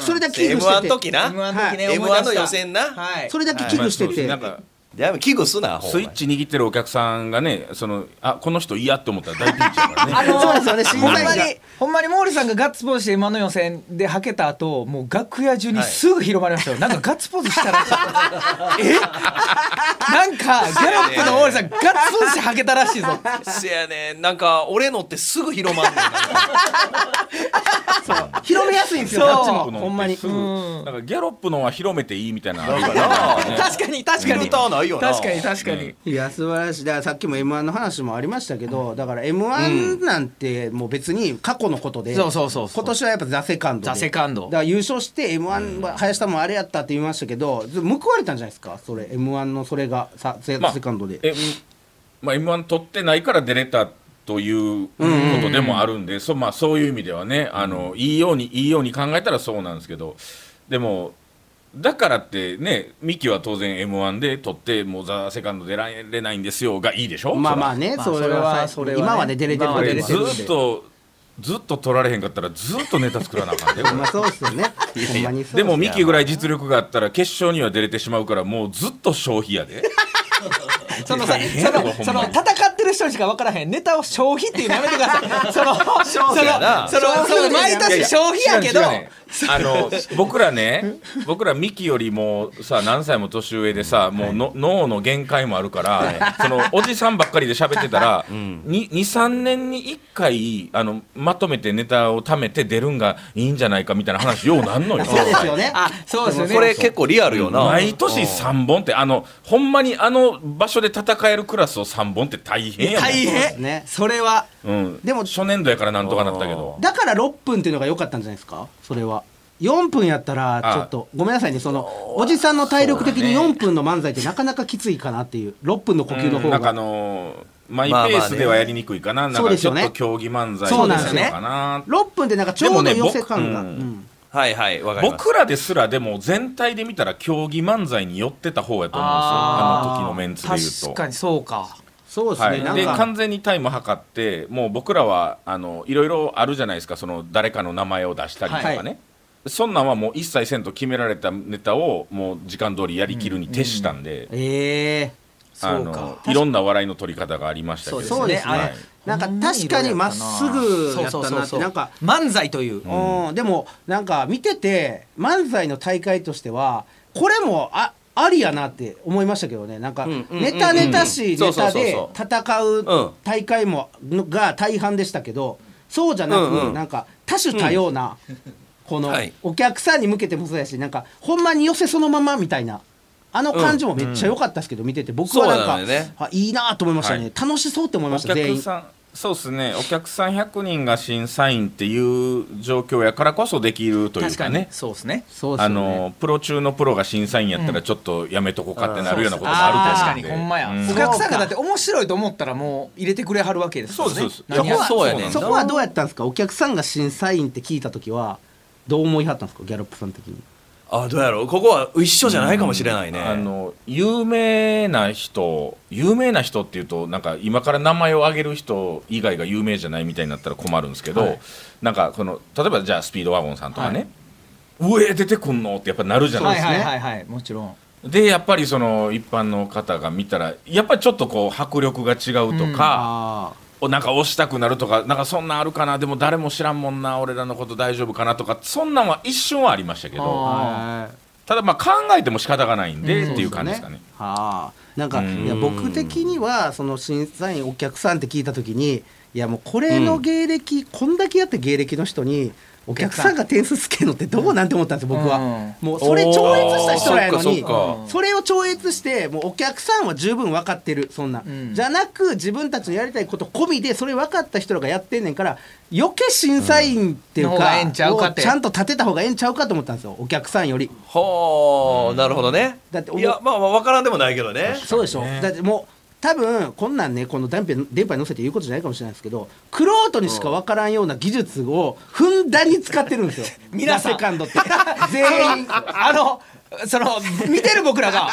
S3: それだけ危惧
S5: M1
S3: して
S5: 時
S3: て
S5: な
S2: M1 の時ね
S5: はい
S2: 思い出した
S5: M1 の予選な
S2: はい
S3: それだけ危惧してて
S6: まあそうですねなんか
S5: やめ危惧すなほんま
S6: スイッチ握ってるお客さんがねそのあこの人嫌って思ったら大ピンチだからね
S2: [LAUGHS] あの
S8: そうですよね審
S2: ほん
S8: 査員
S2: ま
S8: が
S2: にほんまに毛利さんがガッツポーズして今の予選ではけた後もう楽屋中にすぐ広まりましたよ、なんかガッツポーズしたらしいえなんかギャロップの毛利さんガッツポーズしてはけたらしいぞ
S5: せやねんなんか俺のってすぐ広まんねんな
S8: 広めやすいんですよ
S2: そう
S8: どっちも
S6: 僕の
S8: ほんまに
S6: すぐなんかギャロップのは広めていいみたいな
S2: 確かに確か
S5: フィ
S2: に
S5: ルターないよな
S2: 確かに確かに、
S3: いや素晴らしいだからさっきも m 1の話もありましたけどだから m 1なんてもう別に過去のことで、
S2: そうそうそうそう
S3: 今年はやっぱ座セカンドで
S2: ザセカンド
S3: だから優勝して m 1は林さんもあれやったって言いましたけど報われたんじゃないですかそれ m 1のそれがさセ
S6: まあ
S3: セカンドで、
S6: えまあ、m 1取ってないから出れたということでもあるんで、そまあ、そういう意味ではねあのいいようにいいように考えたらそうなんですけどでもだからってねミキは当然 m 1で取ってもう「ザ・セカンド出られないんですよ」がいいでしょ
S3: まあまあ
S6: ね
S3: ね、
S2: まあ
S3: それは
S2: それはそれはね
S3: 今はね出れてる
S2: 今は
S3: 出
S2: ね
S3: れて
S6: ず
S3: るん
S6: っとずっと取られへんかったらずっとネタ作らなあかんで、これ
S3: まあそうですよねほんまにそうす
S6: でもミキぐらい実力があったら決勝には出れてしまうからもうずっと消費やで
S2: そのさ、そ
S6: ほんま
S2: の、
S6: に
S2: その戦ってる人にしか分からへん、ネタを消費っていうのやめてください。その、その、そ
S5: やな
S2: の、その、毎年消費やけど
S6: 違。う違うねあの僕らね僕らミキよりもさ何歳も年上でさもうの脳の限界もあるからそのおじさんばっかりで喋ってた
S3: [LAUGHS]
S6: ら23年に1回あのまとめてネタを貯めて出るんがいいんじゃないかみたいな話ようなんのよ。
S3: そうですよね
S2: あ、そうですよね。
S5: これ結構リアルよな
S6: 毎年3本ってあのほんまにあの場所で戦えるクラスを3本って大変やもん
S2: 大
S3: そうで
S2: 変。
S3: す
S2: それは。
S6: うん、
S3: でも
S6: 初年度やからなんとかなったけど
S3: だから6分っていうのが良かったんじゃないですかそれは4分やったらちょっとごめんなさいねそのおじさんの体力的に4分の漫才ってなかなかきついかなっていう6分の呼吸の方
S6: なんか
S3: が
S6: あのーマイペースではやりにくいかな、
S3: まあ
S6: なん
S3: まあ
S6: か
S3: ね
S6: ちょっ
S3: そう
S6: と
S3: です
S6: 競技漫才
S3: そう
S6: み
S3: なん
S6: た
S3: で
S6: い
S3: す
S6: な
S3: ね
S6: のかな、
S3: 6分でなんかちょうど寄せ感が、
S6: で
S3: う
S6: もね僕
S3: ん
S5: はいはいわかります
S6: 僕らですらでも全体で見たら競技漫才に寄ってた方やと思うんですよあの時のメンツで言うと
S2: 確かにそうか。
S3: そうですね、
S6: はい、で
S3: なんか
S6: 完全にタイム測ってもう僕らはあのいろいろあるじゃないですかその誰かの名前を出したりとかね、
S3: はい
S6: そんなんはもう一切せんと決められたネタをもう時間通りやりきるに徹したんで、
S3: ええ
S6: あ
S2: そうか
S6: のいろんな笑いの取り方がありましたけど
S3: そうですね、
S6: はい
S3: あれなんか確かにまっすぐやったなってなんか
S2: 漫才という。
S3: うん、でもなんか見てて漫才の大会としてはこれもあありやなって思いましたけどねなんか
S5: んうん
S3: ネタネタしい
S5: うんう
S3: ネ
S5: んそう
S3: タ
S5: そうそう
S3: で
S5: そう
S3: 戦
S5: うん
S3: う大会ものが大半でしたけどそうじゃなく、
S5: うんうん
S3: なんか多種多様な、この
S5: はい
S3: お客さんに向けてもそうやしなんかほんまに寄せそのままみたいな。あの感じもめっちゃ良かったですけど、見てて僕はなんか
S5: そうなんだよね
S3: あいいなと思いましたね、
S6: はい
S3: 楽しそうって思い
S6: お
S3: ました全
S6: 客
S3: 員
S6: さんそうですねお客さん100人が審査員っていう状況やからこそできるという
S2: 確か
S6: か
S2: に
S6: ね。
S2: そうですね。
S3: そうです
S6: あ
S3: よね
S6: のプロ中のプロが審査員やったらちょっとやめとこうかってなるようなことも
S2: あー
S6: あ
S2: 確
S6: ると
S2: かにほ
S6: 思うんん
S2: ま
S6: で
S2: や、
S6: うん
S2: お客さんがだって面白いと思ったらもう入れてくれはるわけですからね
S6: そうですそうです
S2: 何
S5: いやほんまそうやねん
S2: そ
S5: な
S3: そこはどうやったんですかお客さんが審査員って聞いた時はどう思いはったんですかギャロップさん的に
S5: あどうやろうここは一緒じゃないかもしれないね
S6: あの有名な人有名な人っていうとなんか今から名前を挙げる人以外が有名じゃないみたいになったら困るんですけど、なんかこの例えばじゃあスピードワゴンさんとかね、うえ出てくんのってやっぱなるじゃない
S2: は
S6: で
S2: い
S6: すか、
S2: はいはいはいもちろん
S6: でやっぱりその一般の方が見たらやっぱりちょっとこう迫力が違うとか、
S3: ああ
S6: おなんか押したくなるとかなんかそんなんあるかなでも誰も知らんもんな俺らのこと大丈夫かなとかそんなんは一瞬はありましたけど
S3: は
S6: ただまあ考えても仕方がないんで、っていう感じですかね。
S3: あなんか
S6: うん
S3: いや僕的にはその審査員お客さんって聞いた時にいやもうこれの芸歴、こんだけやって芸歴の人にお客さんが点数つけるのってどうなんて思ったんですよ僕は、
S2: う
S3: もうそれ超越した人らやの
S5: おーそ
S3: に
S5: っかそっか
S3: それを超越してもうお客さんは十分分かってるそんな、
S2: ん
S3: じゃなく自分たちのやりたいこと込みでそれ分かった人らがやってんねんから余計審査員っていう
S2: うんの方
S3: か,、
S2: がええんちゃうかって
S3: ちゃんと立てた方がええんちゃうかと思ったんですよお客さんより
S5: ほうなるほどね
S3: だって
S5: いやまあまあ分からんでもないけどね
S3: そうでしょ、だってもう多分こんなんねこの電波電波に乗せて言うことじゃないかもしれないですけど玄人にしか分からんような技術をふんだんに使ってるんですよ
S2: [LAUGHS] 皆さん
S3: セカン
S2: [LAUGHS]
S3: ドって全員
S2: あの、その、見てる僕らが、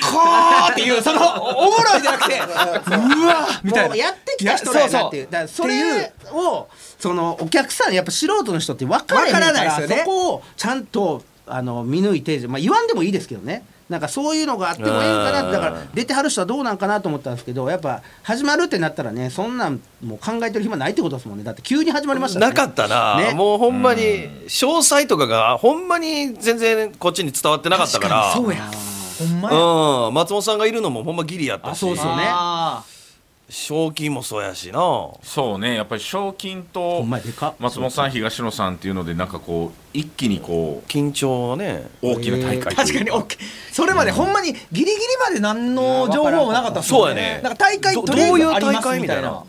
S2: こーって
S3: [LAUGHS]
S2: いう、その、おおもろいじゃなくて、うわみた
S3: も
S2: いな。
S3: うやってきた人らやなっていう
S2: や
S3: だから
S2: そ
S3: そう
S2: そうっ
S3: れ
S2: て
S3: をそのお客さんやっぱ素人の人って分からへん
S2: 分からないですよね
S3: そこをちゃんとあの見抜いて、まあ、言わんでもいいですけどねなんかそういうのがあってもええんかなってだから出てはる人はどうなんかなと思ったんですけどやっぱ始まるってなったらねそんなんもう考えてる暇ないってことですもんねだって急に始まりましたね
S5: なかったな、
S3: ね
S5: もうほんまに詳細とかがほんまに全然こっちに伝わってなかったから
S7: そうやほんまや
S5: うん、松本さんがいるのもほんまギリやった
S3: あ
S5: し
S3: そうですよね
S2: あ
S5: 賞金もそうやしな
S6: そうねやっぱり賞金
S3: ほ
S6: と
S3: んまやでかっ
S6: 松本さん東野さんっていうのでなんかこう一気にこう
S5: 緊張はね
S6: 大きな大会
S2: ー確かに OK それまでほんまにギリギリまで何の情報もなかったっすもん
S5: そうやね
S2: なんか大会
S5: ど
S2: とりあえずあり
S5: どういう大
S2: ま
S5: 会
S2: す
S5: み
S2: み
S5: た
S2: た
S5: い
S2: い
S5: な
S2: な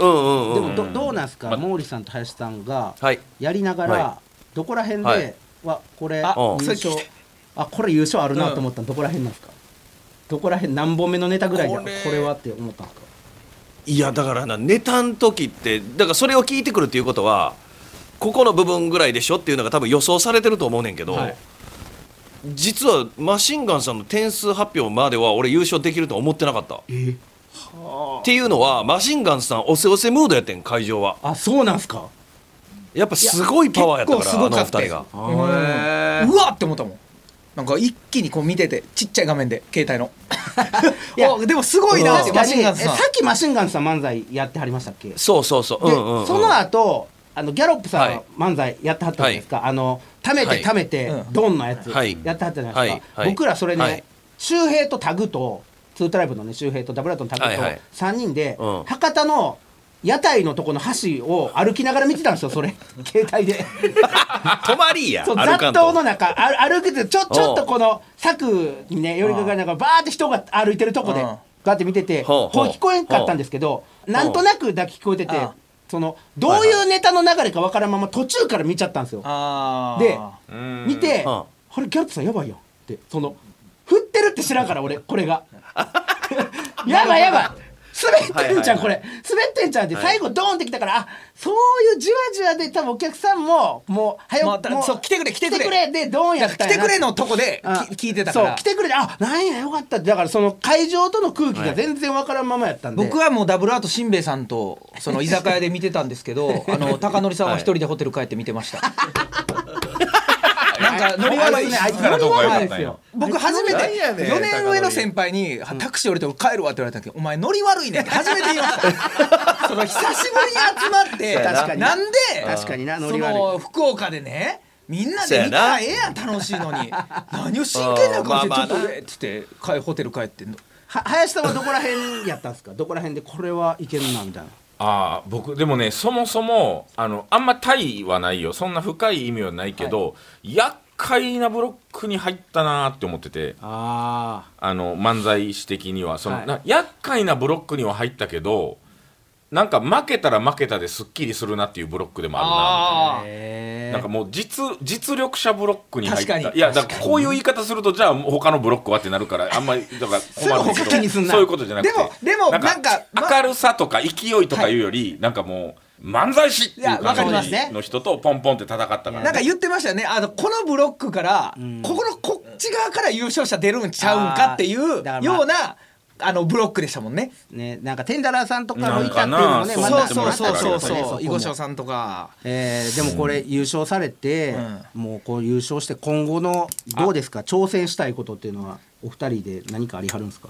S5: うんうん
S3: で
S5: うん
S3: もどどうなんですか、毛利さんと林さんが
S5: はい
S3: やりながら、
S5: は
S3: どこら辺で、
S5: はい
S3: わこれ優
S2: あ
S5: うん
S3: 勝あこれ優勝あるなと思ったの、どこら辺なんですかどこら辺何本目のネタぐらいで
S5: こ
S3: こ
S5: れ
S3: れはって思ったんですか
S5: いやだからなネタの時ってだからそれを聞いてくるっていうことはここの部分ぐらいでしょっていうのが多分予想されてると思うねんけど、
S3: はい
S5: 実はマシンガンさんの点数発表までは俺優勝できると思ってなかった。っていうのはマシンガンさんおせおせムードやってん会場は
S3: あそうなんですか
S5: やっぱすごいパワーやったから
S2: 結構すご
S5: あの
S2: か
S5: 二
S2: った
S5: 人
S2: よ
S5: が
S2: うんうわって思ったもんなんか一気にこう見ててちっちゃい画面で携帯の
S3: [LAUGHS] いや
S2: [LAUGHS] おでもすごいなって
S3: 確か
S2: マ
S3: に
S2: シンガンズ
S3: え
S2: さ
S3: さ
S2: ん
S3: っきマシンガンズさん漫才やってはりましたっけで、
S5: そうそうそう、うんうんうん、
S3: その後あのギャロップさん
S5: はい
S3: の漫才やってはったじゃないですか、あの貯め
S5: は
S3: て
S5: い
S3: 貯めて、
S2: うん
S3: ドンのやつ
S5: はい
S3: やってはったじゃないですか、
S5: はいはい
S3: 僕らそれね、
S5: はい
S3: 周平とタグとツートライブのね周平とダブルアートのタグ
S5: はい
S3: と
S5: はい
S3: 3人で、
S5: うん
S3: 博多の屋台のとこの橋を歩きながら見てたんですよ
S5: [LAUGHS]
S3: それ携帯で
S5: 泊まりや
S3: そう
S5: 歩か
S3: 雑
S5: んと
S3: 踏の中あ歩けてちょちょっとこの柵にね寄りかかりながらバーって人が歩いてるとこで
S2: うん
S3: ガーって見てて
S5: ほ
S3: こう
S5: うほう
S3: 聞こえんかったんですけどなんとなくだけ聞こえてて
S2: うん
S3: そのどういうネタの流れかわからんまま途中から見ちゃったんですよ
S2: あー
S3: で見て、
S5: うん
S3: あれギャロップさんやばいやんってその振ってるって知らんから俺これ
S5: [LAUGHS]
S3: がやばいやばい滑ってんじゃん
S5: はい
S3: こ
S5: はい
S3: れ滑ってんじゃんって最後ドーンってきたからあそういうじわじわで多分お客さんももう早
S2: またそう来てくれ来てくれ
S3: でドーンや
S2: だ
S3: った
S2: か
S3: ん
S2: ら
S3: や
S2: 来て
S3: な
S2: くれのとこで
S3: あ
S2: き聞いてたから
S3: そう来てくれであなんやよかったってだからその会場との空気が全然わからんままやったんで、
S2: 僕はもうダブルアートしんべヱさんとその居酒屋で見てたんですけ [LAUGHS] どあの高則さんは一人でホテル帰って見てました、なんかノリ
S6: あ
S2: 悪
S6: い
S2: い
S6: つ
S2: し
S6: あいつからどうかよかったんよ
S2: 僕初め
S5: なんやね
S2: て
S5: ん
S2: 4年上の先輩に「タクシー降りて俺帰るわ」って言われたんだけど「お前ノリ悪いねん」って初めて言いました [LAUGHS] その久しぶりに集まって
S3: そうやな確かに
S2: なんで
S3: 確かになノ
S2: そ
S3: リ悪い
S2: の福岡でねみんなで見たらええやん楽しいのに何を真剣な顔して「
S5: うん
S2: ち
S5: ま
S2: ょ
S5: あ
S2: っ
S5: まあ
S2: と上」っつって帰ホテル帰ってんの。
S3: は林さんはどこら辺やったんですかどこら辺でこれはいけるなみたいな
S6: ああ僕でもねそもそもあのあんま大はないよそんな深い意味はないけど、厄介なブロックに入ったなーって思ってて
S3: あ
S6: あの漫才師的にはその、
S3: はい
S6: な厄介なブロックには入ったけどなんか負けたら負けたですっきりするなっていうブロックでもあるなみたいな
S2: あ
S6: なんかもう実実力者ブロックに入っ
S2: 確か
S6: た
S2: に
S6: いやだからこういう言い方するとじゃあ他のブロックはってなるからあんまりだから困るんだ
S2: [LAUGHS]
S6: け
S3: すぐ
S6: ど
S3: 他気にすんな
S6: そういうことじゃなくて
S2: でもでもなんかま
S6: 明るさとか勢いとかいうより、なんかもう漫才師っていう
S2: いやわかり
S6: 感
S2: ま
S6: じ
S2: す
S3: ね
S6: の人とポンポンって戦ったから、ね、
S2: [LAUGHS] なんか言ってましたよねあのこのブロックから、ここのこっち側から優勝者出るんちゃうんかっていう
S3: あーだからまあ
S2: ようなあのブロックでしたもんね。
S3: ね、なんかテンダラーさんとかもいたっていうの
S6: な
S3: も
S6: ん
S3: ね、
S6: か
S2: そう
S6: な
S3: まだ
S2: そうそうそうそう
S3: まだあったからねこも
S2: 囲碁将さんとか。
S3: えーでもこれ優勝されて、もうこう優勝して今後のどうですか挑戦したいことっていうのはお二人で何かありはるんですか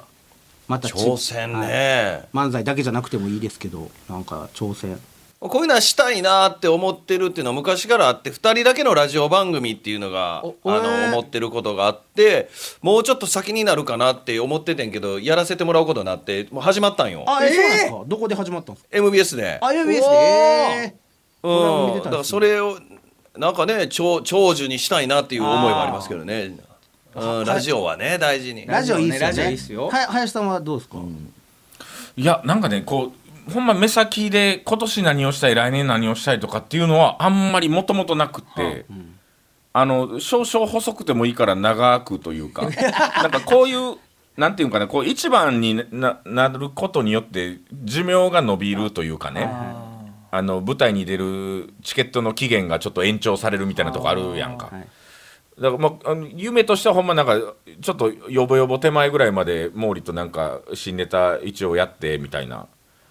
S3: またち
S5: 挑戦
S3: はい
S5: ね、
S3: 漫才だけじゃなくてもいいですけどなんか挑戦
S5: こういうのはしたいなって思ってるっていうのは昔からあって2人だけのラジオ番組っていうのがあ
S3: お
S5: の
S3: えー
S5: 思ってることがあってもうちょっと先になるかなって思っててんけどやらせてもらうことになってもう始まったんよ
S3: あ、え
S2: えー
S3: そうなんですかどこで始まったんですか
S5: MBS で。
S3: あ UBS
S2: おー
S3: で、えーこれは見
S5: う
S3: て
S5: ん、
S3: た
S5: だ
S3: んですね
S5: からそれをなんかね長長寿にしたいなっていう思いはありますけどね、うん、ラジオはね大事に
S3: ラジオいいっすよね
S2: ラジオいいっすよ
S3: は林さんはどうですか、
S6: いやなんかねこうほんま目先で今年何をしたい来年何をしたいとかっていうのはあんまりもともとなくて、あの少々細くてもいいから長くとい
S2: [LAUGHS]
S6: うかなんかこういうなんていうかねこう一番にななることによって寿命が伸びるというかねあの舞台に出るチケットの期限がちょっと延長されるみたいなとこあるやんか。
S3: はい
S6: だからまあ、あの夢としてはほんまなんかちょっとよぼよぼ手前ぐらいまで毛利となんか新ネタ一応やってみたいな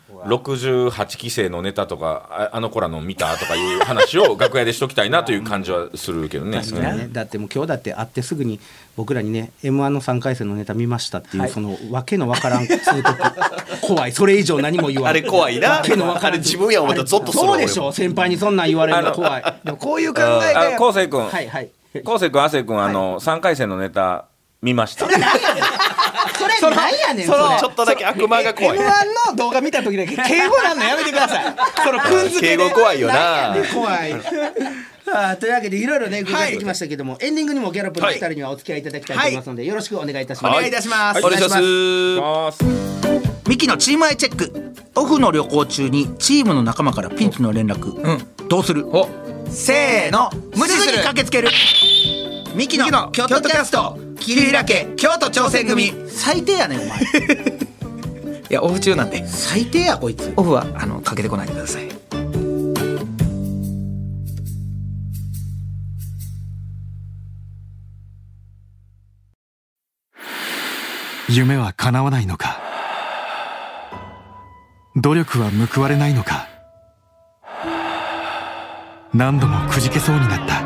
S6: 68期生のネタとかああの子らの見たとかいう話を [LAUGHS] 楽屋でしときたいなという感じはするけどね。
S3: 確かにね、だってもう今日だって会ってすぐに僕らにね m 1の3回戦のネタ見ましたっていう、そのわけのわからん
S5: [LAUGHS]
S3: 通告怖いそれ以上何も言わない
S5: あれ怖い
S3: [LAUGHS]
S5: な
S3: わけのわからん
S5: あれ自分や思ったらゾッとする
S3: そうでしょ先輩にそんなん言われるの怖いでもこういう考え
S6: あ、昴生君、
S3: はいはい
S6: 昴生君、亜生君、あの三回戦のネタ見ました。
S3: それ何やねんそれ
S5: ちょっとだけ悪魔が怖い
S2: M1 の動画見た時だけ敬語なんのやめてください。そのくんづけで。
S5: 敬語怖いよな [LAUGHS]
S3: 怖いあーというわけでいろいろね伺ってきましたけども、エンディングにもギャロップのお二人にはお付き合いいただきたいと思いますので、よろしくお願いいたします、
S7: お願いいたします。
S5: お願いします
S7: ミキのチームアイチェックオフの旅行中にチームの仲間からピンチの連絡、どうするせーの無視する駆けつけるミキの京都キャスト桐平家京都挑戦組
S3: 最低やねんお前
S7: いやオフ中なんで
S3: 最低やこいつ
S7: オフはあのかけてこないでください
S9: 夢は叶わないのか努力は報われないのか何度もくじけそうになった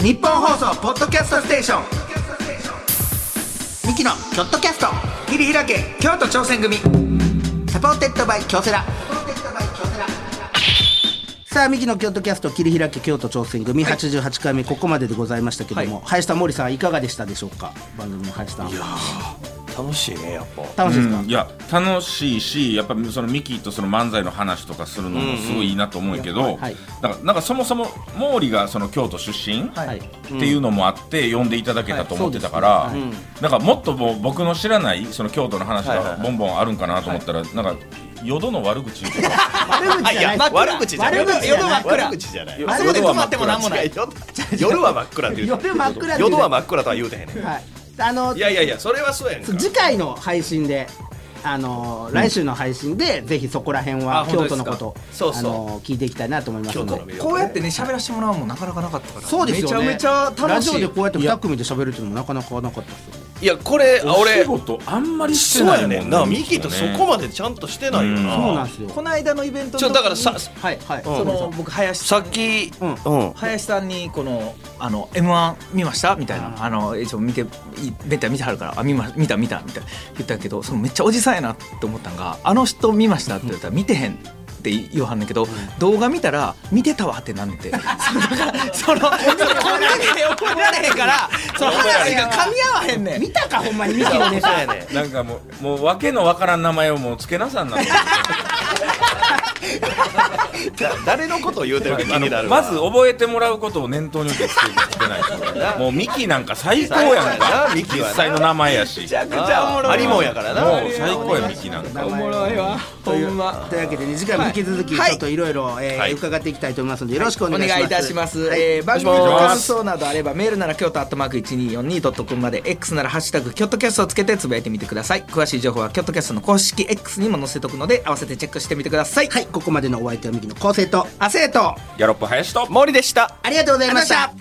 S7: 日本放送ポッドキャストステーションミキのキョットキャスト桐平家京都挑戦組サポーテッドバイ京セラ
S3: さあミキの京都キャスト切り開け京都挑戦組88回目ここまででございましたけども、林田森さんいかがでしたでしょうか番組の林さん
S5: 楽しいねやっぱ
S3: 楽しいですか、
S6: うんいや楽しいしやっぱそのミキとその漫才の話とかするのもすごいいいなと思うんやけど、
S3: うんはい
S6: だからなんかそもそも毛利がその京都出身、
S3: はい
S6: っていうのもあって呼んでいただけたと思ってたから、
S3: はいそう
S6: なんかもっともう僕の知らないその京都の話
S5: はいは
S6: が
S5: いはい
S6: ボンボンあるんかなと思ったら、なんか淀の悪口言うとか
S5: [LAUGHS]
S3: 悪口
S5: あい
S3: じゃ
S5: や
S3: ない
S5: 悪口じゃない
S3: 悪口じゃない
S5: 悪口じゃない
S6: あ
S5: あ
S6: そこで止ま
S5: ってもなんもない夜は真っ暗って言うて
S3: 夜真っ暗って言う
S5: 夜は真っ暗とは言うてへんねん
S3: はいあの
S5: いやいやいやそれはそうやねんか
S3: 次回の配信であのー来週の配信で、ぜひそこら辺は
S5: あ
S3: 京都のこと
S5: 本当ですかそうそ
S3: あ
S5: う
S3: のー聞いていきたいなと思いますの
S5: 京都の
S3: で
S5: 魅力
S7: こうやってね喋らせてもらうのもなかなかなかったから
S3: そうですよね
S7: めちゃめちゃ
S3: ラ
S7: 楽
S3: ジ
S7: し
S3: オ
S7: い
S3: でこうやって2組で喋るっていうのもなかなかなかったですよね
S5: いやこれ
S6: お仕
S5: 俺
S6: 事あんまりして
S5: そう
S6: ない
S5: や
S6: もん
S5: ねんなミキとそこまでちゃんとしてないよな
S3: そうなんですよ
S2: この間のイベントの
S5: ちょ
S2: 時に
S5: だからさ
S3: はいはい、
S2: その僕林
S5: さ
S2: さん
S5: っき
S3: うん
S5: うん
S2: 林さんにこのあの M1 見ましたみたいなあの一応見ていベンタ見てはるからあ見ま見た見たみたいな言ったけどそのめっちゃおじさんやなって思ったんがあの人見ましたって言ったら見てへんって言わはんねんけど、動画見たら見てたわってなんねんてそうだからそのそのコンビで覚えられへんからその話が噛み合わへんねん
S3: 見たかほんまにミキのネタやね
S6: なんかもうもう訳のわからん名前をもうつけなさんなと
S5: だ誰のことを言うてるか気になるわ
S6: まず覚えてもらうことを念頭に置いてつけてないですもうミキなんか最高や
S5: 最
S6: ん
S5: 高や
S6: か
S5: なミキ
S6: 実
S5: はな
S6: 際の名前やしもう
S5: あありもんやからな
S6: 最高やミキなんか
S2: おもろいわほんま
S3: というわけでね次回も引き続きち
S2: はい
S3: ょっといろいろえー
S5: はい
S3: 伺っていきたいと思いますのでよろしくお
S7: お
S3: 願いします、
S7: 願いいたします、えー番組の感想などあればメールなら京都アットマーク 1242.com まで X なら「ハッシュタグキョットキャスト」をつけてつぶやいてみてください詳しい情報はキョットキャストの公式 X にも載せておくので合わせてチェックしてみてください、
S3: はいここまでのお相手はミキの構成と
S7: アセート
S6: ギャロップ林と
S5: 森でした
S3: ありがとうございました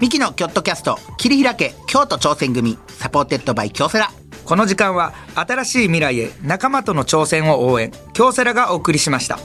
S7: ミキのキョットキャスト切り開け京都挑戦組サポーテッドバイ京セラこの時間は新しい未来へ仲間との挑戦を応援京セラがお送りしました